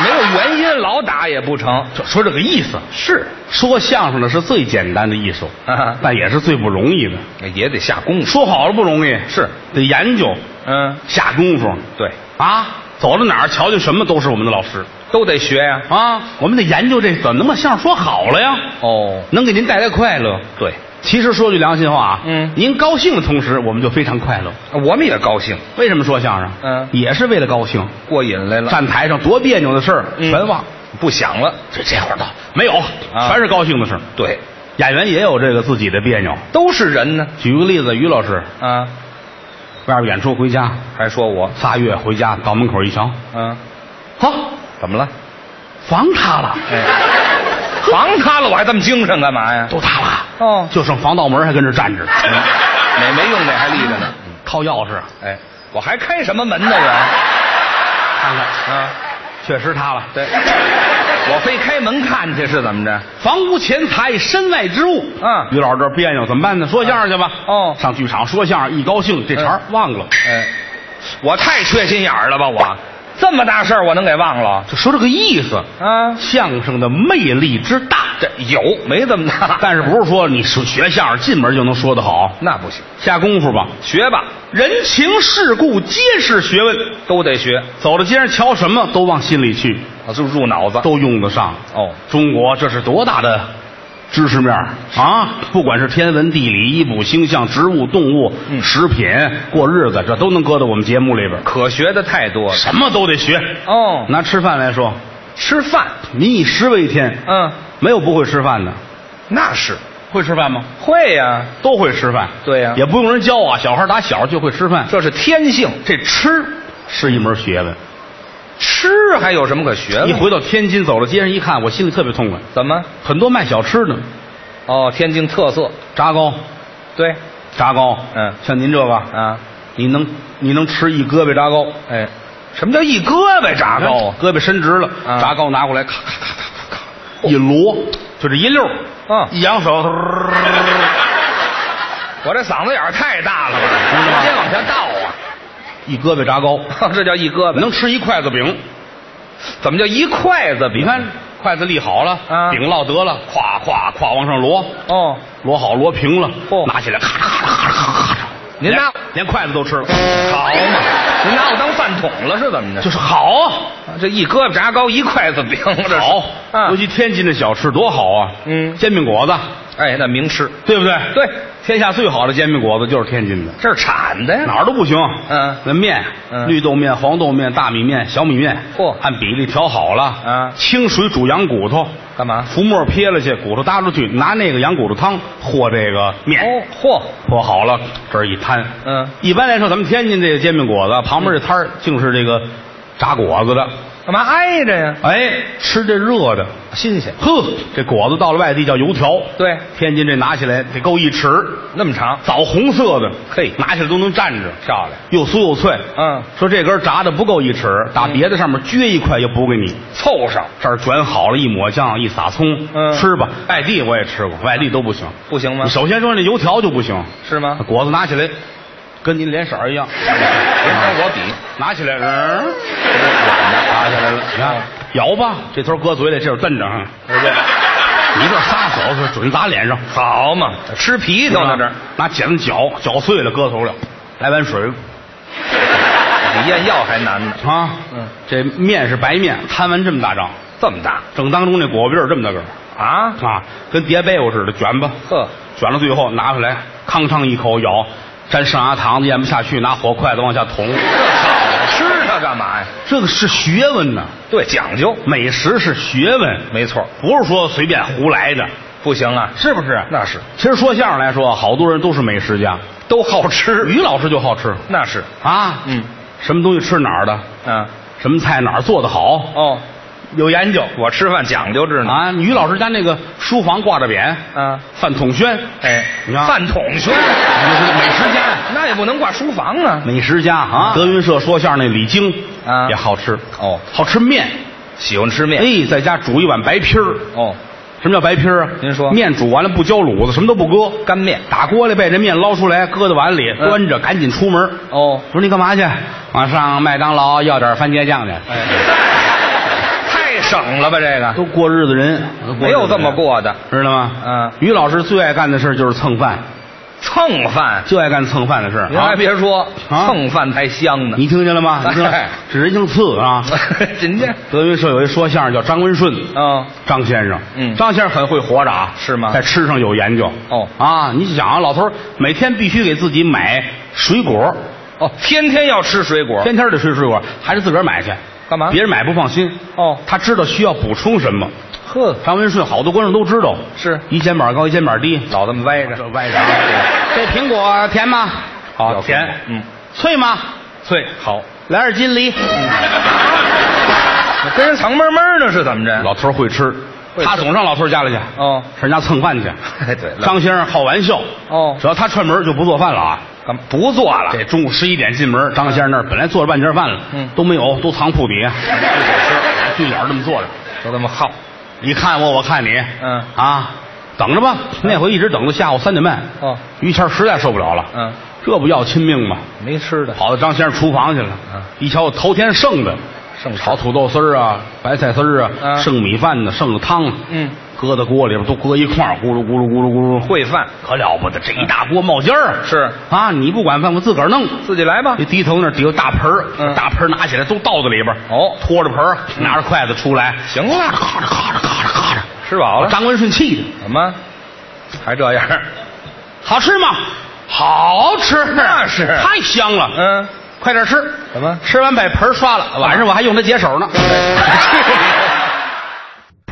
[SPEAKER 16] 没有原因老打也不成。
[SPEAKER 15] 就说这个意思是说相声的是最简单的艺术
[SPEAKER 16] 啊，
[SPEAKER 15] 但也是最不容易的。
[SPEAKER 16] 也得下功夫。
[SPEAKER 15] 说好了不容易，
[SPEAKER 16] 是
[SPEAKER 15] 得研究，
[SPEAKER 16] 嗯，
[SPEAKER 15] 下功夫
[SPEAKER 16] 对，
[SPEAKER 15] 啊。走到哪儿瞧见什么都是我们的老师
[SPEAKER 16] 都得学呀、
[SPEAKER 15] 啊，我们得研究这怎么能把相声说好了呀，
[SPEAKER 16] 哦，
[SPEAKER 15] 能给您带来快乐。
[SPEAKER 16] 对，
[SPEAKER 15] 其实说句良心话啊，
[SPEAKER 16] 嗯
[SPEAKER 15] 您高兴的同时，我们就非常快乐。
[SPEAKER 16] 我们也高兴，
[SPEAKER 15] 为什么说相声？
[SPEAKER 16] 嗯
[SPEAKER 15] 也是为了高兴。
[SPEAKER 16] 过瘾来了，
[SPEAKER 15] 站台上多别扭的事儿，
[SPEAKER 16] 嗯
[SPEAKER 15] 全忘，
[SPEAKER 16] 不想了。
[SPEAKER 15] 这这会儿倒没有，
[SPEAKER 16] 啊
[SPEAKER 15] 全是高兴的事儿。
[SPEAKER 16] 对，
[SPEAKER 15] 演员也有这个自己的别扭。
[SPEAKER 16] 都是人呢
[SPEAKER 15] 举个例子，于老师
[SPEAKER 16] 啊，
[SPEAKER 15] 外边演出回家，
[SPEAKER 16] 还说我，
[SPEAKER 15] 仨月回家到门口一瞧，
[SPEAKER 16] 嗯、
[SPEAKER 15] 好，
[SPEAKER 16] 怎么了？哎
[SPEAKER 15] 房塌了，
[SPEAKER 16] 房塌了，我还这么精神干嘛呀？
[SPEAKER 15] 都塌了，
[SPEAKER 16] 哦
[SPEAKER 15] 就剩防盗门还跟这站着，
[SPEAKER 16] 没没用的还立着呢。
[SPEAKER 15] 掏钥匙，
[SPEAKER 16] 哎，我还开什么门呢？我
[SPEAKER 15] 看看
[SPEAKER 16] 啊，
[SPEAKER 15] 确实塌了。
[SPEAKER 16] 对，我非开门看去是怎么着？
[SPEAKER 15] 房屋钱财，身外之物。
[SPEAKER 16] 嗯
[SPEAKER 15] 于老师这儿别扭，怎么办呢？说相声去吧。
[SPEAKER 16] 哦
[SPEAKER 15] 上剧场说相声，一高兴这茬儿忘了。
[SPEAKER 16] 哎，我太缺心眼儿了吧？我这么大事儿我能给忘了？
[SPEAKER 15] 就说这个意思，
[SPEAKER 16] 啊，
[SPEAKER 15] 相声的魅力之大，
[SPEAKER 16] 这有没这么大？
[SPEAKER 15] 但是不是说你说学相声进门就能说得好？
[SPEAKER 16] 那不行，
[SPEAKER 15] 下功夫吧，
[SPEAKER 16] 学吧，
[SPEAKER 15] 人情世故皆是学问。
[SPEAKER 16] 都得学，
[SPEAKER 15] 走到街上瞧什么都往心里去，
[SPEAKER 16] 啊，就入脑子。
[SPEAKER 15] 都用得上。
[SPEAKER 16] 哦，
[SPEAKER 15] 中国这是多大的知识面儿啊，不管是天文地理、医卜星象、植物动物、
[SPEAKER 16] 嗯
[SPEAKER 15] 食品、过日子，这都能搁到我们节目里边儿。
[SPEAKER 16] 可学的太多了，
[SPEAKER 15] 什么都得学
[SPEAKER 16] 哦。
[SPEAKER 15] 拿吃饭来说，
[SPEAKER 16] 吃饭
[SPEAKER 15] 民以食为天，
[SPEAKER 16] 嗯，
[SPEAKER 15] 没有不会吃饭的，
[SPEAKER 16] 那是
[SPEAKER 15] 会吃饭吗？
[SPEAKER 16] 会呀、
[SPEAKER 15] 都会吃饭，
[SPEAKER 16] 对呀、
[SPEAKER 15] 也不用人教啊，小孩打小就会吃饭，
[SPEAKER 16] 这是天性。
[SPEAKER 15] 这吃是一门学问。
[SPEAKER 16] 吃还有什么可学的？
[SPEAKER 15] 一回到天津，走到街上一看，我心里特别痛快。
[SPEAKER 16] 怎么？
[SPEAKER 15] 很多卖小吃的，
[SPEAKER 16] 哦，天津特色，
[SPEAKER 15] 炸糕，
[SPEAKER 16] 对，
[SPEAKER 15] 炸糕，
[SPEAKER 16] 嗯，
[SPEAKER 15] 像您这个
[SPEAKER 16] 啊，
[SPEAKER 15] 你能你能吃一胳膊炸糕，
[SPEAKER 16] 哎，什么叫一胳膊炸糕啊？
[SPEAKER 15] 胳膊伸直了，
[SPEAKER 16] 啊
[SPEAKER 15] 炸糕拿过来，咔咔咔咔咔咔，一摞，就这一溜儿，
[SPEAKER 16] 嗯
[SPEAKER 15] 一扬手，
[SPEAKER 16] 我这嗓子眼儿太大了吧，我先往下倒
[SPEAKER 15] 一胳膊炸糕，
[SPEAKER 16] 啊，这叫一胳膊。
[SPEAKER 15] 能吃一筷子饼。
[SPEAKER 16] 怎么叫一筷子比？
[SPEAKER 15] 你看筷子立好了，
[SPEAKER 16] 啊
[SPEAKER 15] 饼落得了，咵咵咵往上摞，
[SPEAKER 16] 哦，
[SPEAKER 15] 摞好摞平了，
[SPEAKER 16] 嚯
[SPEAKER 15] 拿起来，咔咔咔咔咔咔，
[SPEAKER 16] 您拿
[SPEAKER 15] 连连筷子都吃了，
[SPEAKER 16] 好嘛，您拿我当饭桶了是怎么着？
[SPEAKER 15] 就是好啊，
[SPEAKER 16] 啊这一胳膊炸糕，一筷子饼，这是
[SPEAKER 15] 好，
[SPEAKER 16] 啊
[SPEAKER 15] 尤。其天津的小吃多好啊，
[SPEAKER 16] 嗯
[SPEAKER 15] 煎饼果子，
[SPEAKER 16] 哎，那名吃，
[SPEAKER 15] 对不对？
[SPEAKER 16] 对，
[SPEAKER 15] 天下最好的煎饼果子就是天津的，
[SPEAKER 16] 这是产的呀。
[SPEAKER 15] 哪儿都不行。
[SPEAKER 16] 嗯
[SPEAKER 15] 那面，
[SPEAKER 16] 嗯
[SPEAKER 15] 绿豆面、黄豆面、大米面、小米面，
[SPEAKER 16] 嚯
[SPEAKER 15] 按比例调好了。
[SPEAKER 16] 嗯
[SPEAKER 15] 清水煮羊骨头，
[SPEAKER 16] 干嘛？
[SPEAKER 15] 浮沫撇了去，骨头搭出去，拿那个羊骨头汤和这个面。
[SPEAKER 16] 哦，嚯，
[SPEAKER 15] 和好了，这儿一摊。
[SPEAKER 16] 嗯
[SPEAKER 15] 一般来说，咱们天津这个煎饼果子旁边这摊儿竟是这个炸果子的。
[SPEAKER 16] 干嘛挨着呀？啊
[SPEAKER 15] 哎，吃这热的，
[SPEAKER 16] 新鲜，
[SPEAKER 15] 呵，这果子到了外地叫油条。
[SPEAKER 16] 对
[SPEAKER 15] 天津这拿起来得够一尺，
[SPEAKER 16] 那么长，
[SPEAKER 15] 枣红色的，
[SPEAKER 16] 嘿
[SPEAKER 15] 拿起来都能站着，
[SPEAKER 16] 漂亮，
[SPEAKER 15] 又酥又脆。
[SPEAKER 16] 嗯
[SPEAKER 15] 说这根炸的不够一尺，打别的上面撅一块也补给你。
[SPEAKER 16] 凑上
[SPEAKER 15] 这儿卷好了，一抹酱，一撒葱，
[SPEAKER 16] 嗯
[SPEAKER 15] 吃吧。外地我也吃过，外地都不行。
[SPEAKER 16] 不行吗
[SPEAKER 15] 你？首先说那油条就不行，
[SPEAKER 16] 是吗？
[SPEAKER 15] 果子拿起来跟您脸色儿一样，
[SPEAKER 16] 别跟我比，
[SPEAKER 15] 拿起来，嗯，拿起来了，
[SPEAKER 16] 嗯
[SPEAKER 15] 你看，咬吧，这头搁嘴里，这头蹬着，嗯对不对？你这撒手是准砸脸上，
[SPEAKER 16] 好嘛，吃皮都到这儿，
[SPEAKER 15] 拿剪子绞，绞碎了搁头了，来碗水
[SPEAKER 16] 比验药还难呢，
[SPEAKER 15] 啊。
[SPEAKER 16] 嗯，
[SPEAKER 15] 这面是白面，摊完这么大张，
[SPEAKER 16] 这么大
[SPEAKER 15] 正当中那果篦儿这么大个儿
[SPEAKER 16] 啊？
[SPEAKER 15] 啊，跟叠被窝似的卷吧，
[SPEAKER 16] 呵，
[SPEAKER 15] 卷到最后拿出来，吭吭一口咬，沾上牙膛子咽不下去，拿火筷子往下捅。
[SPEAKER 16] 吃它干嘛呀？
[SPEAKER 15] 这个是学问呐，
[SPEAKER 16] 对，讲究，
[SPEAKER 15] 美食是学问，
[SPEAKER 16] 没错，
[SPEAKER 15] 不是说随便胡来的，
[SPEAKER 16] 不行啊，
[SPEAKER 15] 是不是？
[SPEAKER 16] 那是
[SPEAKER 15] 其实说相声来说，好多人都是美食家，
[SPEAKER 16] 都好吃，
[SPEAKER 15] 于老师就好吃
[SPEAKER 16] 那是，
[SPEAKER 15] 啊，
[SPEAKER 16] 嗯，
[SPEAKER 15] 什么东西吃哪儿的，
[SPEAKER 16] 嗯，
[SPEAKER 15] 什么菜哪儿做的好，
[SPEAKER 16] 哦，
[SPEAKER 15] 有研究。
[SPEAKER 16] 我吃饭讲究着呢，
[SPEAKER 15] 啊，于老师家那个书房挂着匾，
[SPEAKER 16] 嗯
[SPEAKER 15] 饭桶轩，
[SPEAKER 16] 哎，
[SPEAKER 15] 你看
[SPEAKER 16] 饭桶去，
[SPEAKER 15] 就是美食家，
[SPEAKER 16] 那也不能挂书房啊，
[SPEAKER 15] 美食家啊，德云社说相声那李菁
[SPEAKER 16] 啊
[SPEAKER 15] 也好吃
[SPEAKER 16] 哦
[SPEAKER 15] 好吃面，
[SPEAKER 16] 喜欢吃面，
[SPEAKER 15] 哎，在家煮一碗白皮儿，
[SPEAKER 16] 哦，
[SPEAKER 15] 什么叫白皮儿啊？
[SPEAKER 16] 您说
[SPEAKER 15] 面煮完了不浇卤子，什么都不搁，
[SPEAKER 16] 干面，
[SPEAKER 15] 打锅里把这面捞出来，搁到碗里
[SPEAKER 16] 嗯
[SPEAKER 15] 端着，赶紧出门。
[SPEAKER 16] 哦，
[SPEAKER 15] 我说你干嘛去？往上麦当劳要点番茄酱去。
[SPEAKER 16] 哎 太省了吧这个，
[SPEAKER 15] 都过日子人，都过日子人
[SPEAKER 16] 没有这么，过的，
[SPEAKER 15] 知道吗？
[SPEAKER 16] 嗯
[SPEAKER 15] 于老师最爱干的事就是蹭饭，
[SPEAKER 16] 蹭饭，
[SPEAKER 15] 就爱干蹭饭的事儿。
[SPEAKER 16] 您还
[SPEAKER 15] 啊
[SPEAKER 16] 别说，
[SPEAKER 15] 啊
[SPEAKER 16] 蹭饭才香呢，
[SPEAKER 15] 你听见 了吗？你知道
[SPEAKER 16] 哎
[SPEAKER 15] 这人姓 次啊。
[SPEAKER 16] 人家，
[SPEAKER 15] 德云社有一说相声叫张文顺，
[SPEAKER 16] 嗯，
[SPEAKER 15] 张先生，
[SPEAKER 16] 嗯
[SPEAKER 15] 张先生很会活着啊，
[SPEAKER 16] 是吗
[SPEAKER 15] 在吃上有研究
[SPEAKER 16] 哦
[SPEAKER 15] 啊，你想啊，老头儿每天必须给自己买水果，
[SPEAKER 16] 哦，天天要吃水果，
[SPEAKER 15] 天天得吃水果，还是自个儿买去，
[SPEAKER 16] 干嘛
[SPEAKER 15] 别人买不放心
[SPEAKER 16] 哦
[SPEAKER 15] 他知道需要补充什么。
[SPEAKER 16] 呵，
[SPEAKER 15] 张文顺好多观众都知道，
[SPEAKER 16] 是
[SPEAKER 15] 一肩膀高一肩膀低，
[SPEAKER 16] 老这么歪着，
[SPEAKER 15] 歪着啊。这苹果甜吗？好
[SPEAKER 16] 要
[SPEAKER 15] 甜，
[SPEAKER 16] 嗯，
[SPEAKER 15] 脆嗯吗？
[SPEAKER 16] 脆好，
[SPEAKER 15] 来点金梨。
[SPEAKER 16] 跟人藏闷闷呢是怎么着？
[SPEAKER 15] 老头儿会吃，
[SPEAKER 16] 会吃
[SPEAKER 15] 他总上老头儿家里去，
[SPEAKER 16] 哦
[SPEAKER 15] 上人家蹭饭去。
[SPEAKER 16] 哎对了
[SPEAKER 15] 张先生好玩笑，
[SPEAKER 16] 哦
[SPEAKER 15] 只要他串门就不做饭了啊。
[SPEAKER 16] 干嘛不做了？
[SPEAKER 15] 这中午十一点进门，张先生那儿本来做了半截饭了，
[SPEAKER 16] 嗯
[SPEAKER 15] 都没有，都藏铺 底下，对脸儿这么哎坐着，
[SPEAKER 16] 就这么耗，
[SPEAKER 15] 你看我，我看你，
[SPEAKER 16] 嗯
[SPEAKER 15] 啊，等着吧。那回一直等到下午三点半，
[SPEAKER 16] 哦，
[SPEAKER 15] 于谦儿实在受不了了，
[SPEAKER 16] 嗯，
[SPEAKER 15] 这不要亲命吗？
[SPEAKER 16] 没吃的，
[SPEAKER 15] 跑到张先生厨房去了，
[SPEAKER 16] 嗯
[SPEAKER 15] 一瞧我头天剩的，
[SPEAKER 16] 剩
[SPEAKER 15] 炒土豆丝儿啊，白菜丝儿啊，
[SPEAKER 16] 嗯
[SPEAKER 15] 剩米饭呢，剩的汤啊，
[SPEAKER 16] 嗯，
[SPEAKER 15] 搁到锅里边都搁一块儿，咕噜咕噜咕噜咕噜，
[SPEAKER 16] 烩饭
[SPEAKER 15] 可了不得，这一大锅冒尖儿啊，
[SPEAKER 16] 是
[SPEAKER 15] 啊，你不管饭，我自个儿弄。
[SPEAKER 16] 自己来吧
[SPEAKER 15] 一。低头那儿底有大盆儿，
[SPEAKER 16] 嗯
[SPEAKER 15] 大盆儿拿起来都倒到里边儿
[SPEAKER 16] 哦
[SPEAKER 15] 拖着盆儿，拿着筷子出来，
[SPEAKER 16] 行了
[SPEAKER 15] 咔嚓咔嚓咔嚓咔嚓，
[SPEAKER 16] 吃饱了，
[SPEAKER 15] 张文顺气的，
[SPEAKER 16] 怎么还这样？
[SPEAKER 15] 好吃吗？好吃，
[SPEAKER 16] 那是
[SPEAKER 15] 太香了。
[SPEAKER 16] 嗯，
[SPEAKER 15] 快点吃，
[SPEAKER 16] 怎么
[SPEAKER 15] 吃完把盆刷了，晚上我还用它解 手呢。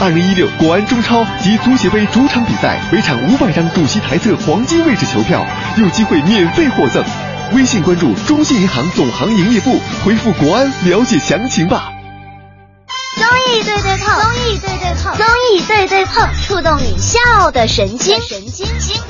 [SPEAKER 17] 二零一六国安中超及足协杯主场比赛，每场五百张主席台侧黄金位置球票，有机会免费获赠。微信关注中信银行总行营业部，回复“国安”了解详情吧。
[SPEAKER 14] 综艺对对碰，综艺对对碰，综艺对对碰，触动你笑的神经，神经经。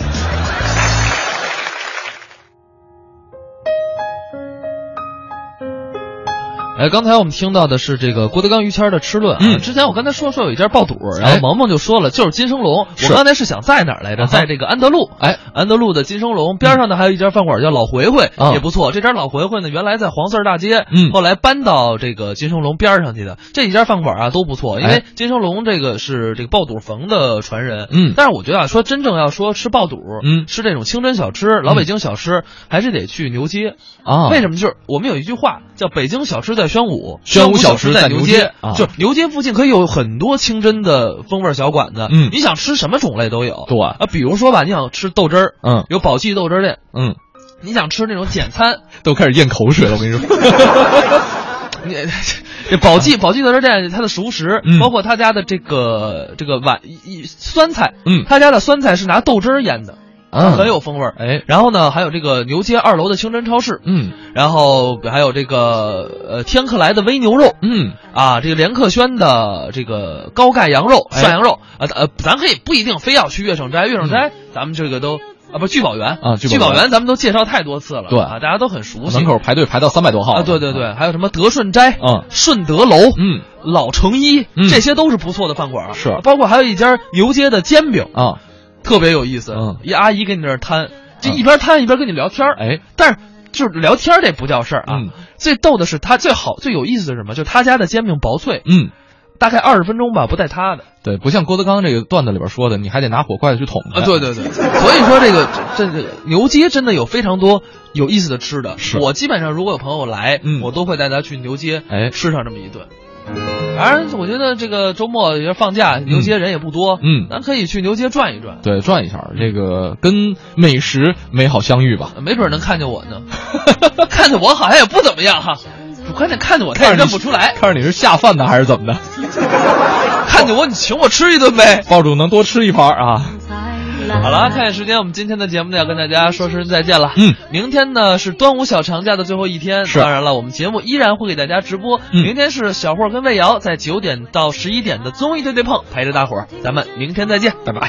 [SPEAKER 2] 哎，刚才我们听到的是这个郭德纲于谦儿的吃论啊。
[SPEAKER 1] 嗯哎
[SPEAKER 2] 之前我刚才说说有一家爆肚，然后萌萌就说了，就是金生龙。我刚才是想在哪儿来着？在这个安德路。哎，安德路的金生龙边上呢还有一家饭馆叫老回回，
[SPEAKER 1] 啊
[SPEAKER 2] 也不错。这家老回回呢原来在黄四儿大街，嗯，后来搬到这个金生龙边上去的。这几家饭馆啊都不错，因为
[SPEAKER 1] 哎
[SPEAKER 2] 金生龙这个是这个爆肚冯的传人。
[SPEAKER 1] 嗯
[SPEAKER 2] 但是我觉得啊，说真正要说吃爆肚，
[SPEAKER 1] 嗯
[SPEAKER 2] 吃这种清真小吃、老北京小吃，还是得去牛街
[SPEAKER 1] 啊
[SPEAKER 2] 为什么？就是我们有一句话叫“北京小吃在宣武”。
[SPEAKER 1] 宣武
[SPEAKER 2] 小
[SPEAKER 1] 小吃
[SPEAKER 2] 在
[SPEAKER 1] 在
[SPEAKER 2] 牛
[SPEAKER 1] 牛街啊
[SPEAKER 2] 就是牛街附近可以有很多清真的风味小馆子。
[SPEAKER 1] 嗯
[SPEAKER 2] 你想吃什么种类都有。
[SPEAKER 1] 对
[SPEAKER 2] 啊，比如说吧，你想吃豆汁儿，
[SPEAKER 1] 嗯
[SPEAKER 2] 有宝记豆汁儿店；
[SPEAKER 1] 嗯，
[SPEAKER 2] 你想吃那种简餐，
[SPEAKER 1] 都开始咽口水了，我跟你说。
[SPEAKER 2] 你这宝记宝记豆汁儿店它的熟食，
[SPEAKER 1] 嗯
[SPEAKER 2] 包括他家的这个这个碗一一酸菜，
[SPEAKER 1] 嗯
[SPEAKER 2] 他家的酸菜是拿豆汁儿腌的。
[SPEAKER 1] 啊
[SPEAKER 2] 很有风味儿，哎，然后呢，还有这个牛街二楼的清真超市，
[SPEAKER 1] 嗯，
[SPEAKER 2] 然后还有这个呃天客来的微牛肉，
[SPEAKER 1] 嗯，
[SPEAKER 2] 啊，这个连克轩的这个高钙羊肉、
[SPEAKER 1] 哎
[SPEAKER 2] 涮羊肉，呃呃，咱可以不一定非要去月盛斋，月盛斋咱们这个都啊不聚宝园
[SPEAKER 1] 嗯啊聚
[SPEAKER 2] 聚
[SPEAKER 1] 宝园
[SPEAKER 2] 宝园咱们都介绍太多次了，
[SPEAKER 1] 对
[SPEAKER 2] 啊，大家都很熟悉，
[SPEAKER 1] 门口排队排到三百多号
[SPEAKER 2] 啊，对对对，还有什么德顺斋、
[SPEAKER 1] 嗯
[SPEAKER 2] 顺德楼、嗯、老成一，这些都是不错的饭馆儿。啊
[SPEAKER 1] 是
[SPEAKER 2] 包括还有一家牛街的煎饼
[SPEAKER 1] 啊，
[SPEAKER 2] 特别有意思。
[SPEAKER 1] 嗯，
[SPEAKER 2] 一阿姨跟你那儿摊，这一边摊一边跟你聊天儿。
[SPEAKER 1] 哎，
[SPEAKER 2] 但是就是聊天儿这不叫事儿啊。
[SPEAKER 1] 嗯
[SPEAKER 2] 最逗的是他最好最有意思的是什么？就是他家的煎饼薄脆，
[SPEAKER 1] 嗯，
[SPEAKER 2] 大概二十分钟吧，不带塌的。
[SPEAKER 1] 对，不像郭德纲这个段子里边说的，你还得拿火筷子去捅它
[SPEAKER 2] 啊，对对对，所以说这个这这个牛街真的有非常多有意思的吃的。
[SPEAKER 1] 是
[SPEAKER 2] 我基本上如果有朋友来，我都会带他去牛街，
[SPEAKER 1] 哎
[SPEAKER 2] 吃上这么一顿。反正我觉得这个周末也是放假，牛街人也不多，
[SPEAKER 1] 嗯
[SPEAKER 2] 咱可以去牛街转一转，
[SPEAKER 1] 对，转一下，这个跟美食美好相遇吧。
[SPEAKER 2] 没准能看见我呢。 看见我好像也不怎么样哈，关键看见我他也
[SPEAKER 1] 看着
[SPEAKER 2] 认
[SPEAKER 1] 你
[SPEAKER 2] 不出来，
[SPEAKER 1] 看着你是下饭的还是怎么 的？
[SPEAKER 2] 看见我你请我吃一顿呗。
[SPEAKER 1] 爆主能多吃一盘儿啊！
[SPEAKER 2] 好了，看看时间，我们今天的节目呢要跟大家说声再见了。嗯，明天呢是端午小长假的最后一天，
[SPEAKER 1] 是嗯
[SPEAKER 2] 当然了，我们节目依然会给大家直播。明天是小霍跟魏瑶在九点到十一点的综艺对对碰，陪着大伙儿，咱们明天再见，拜拜。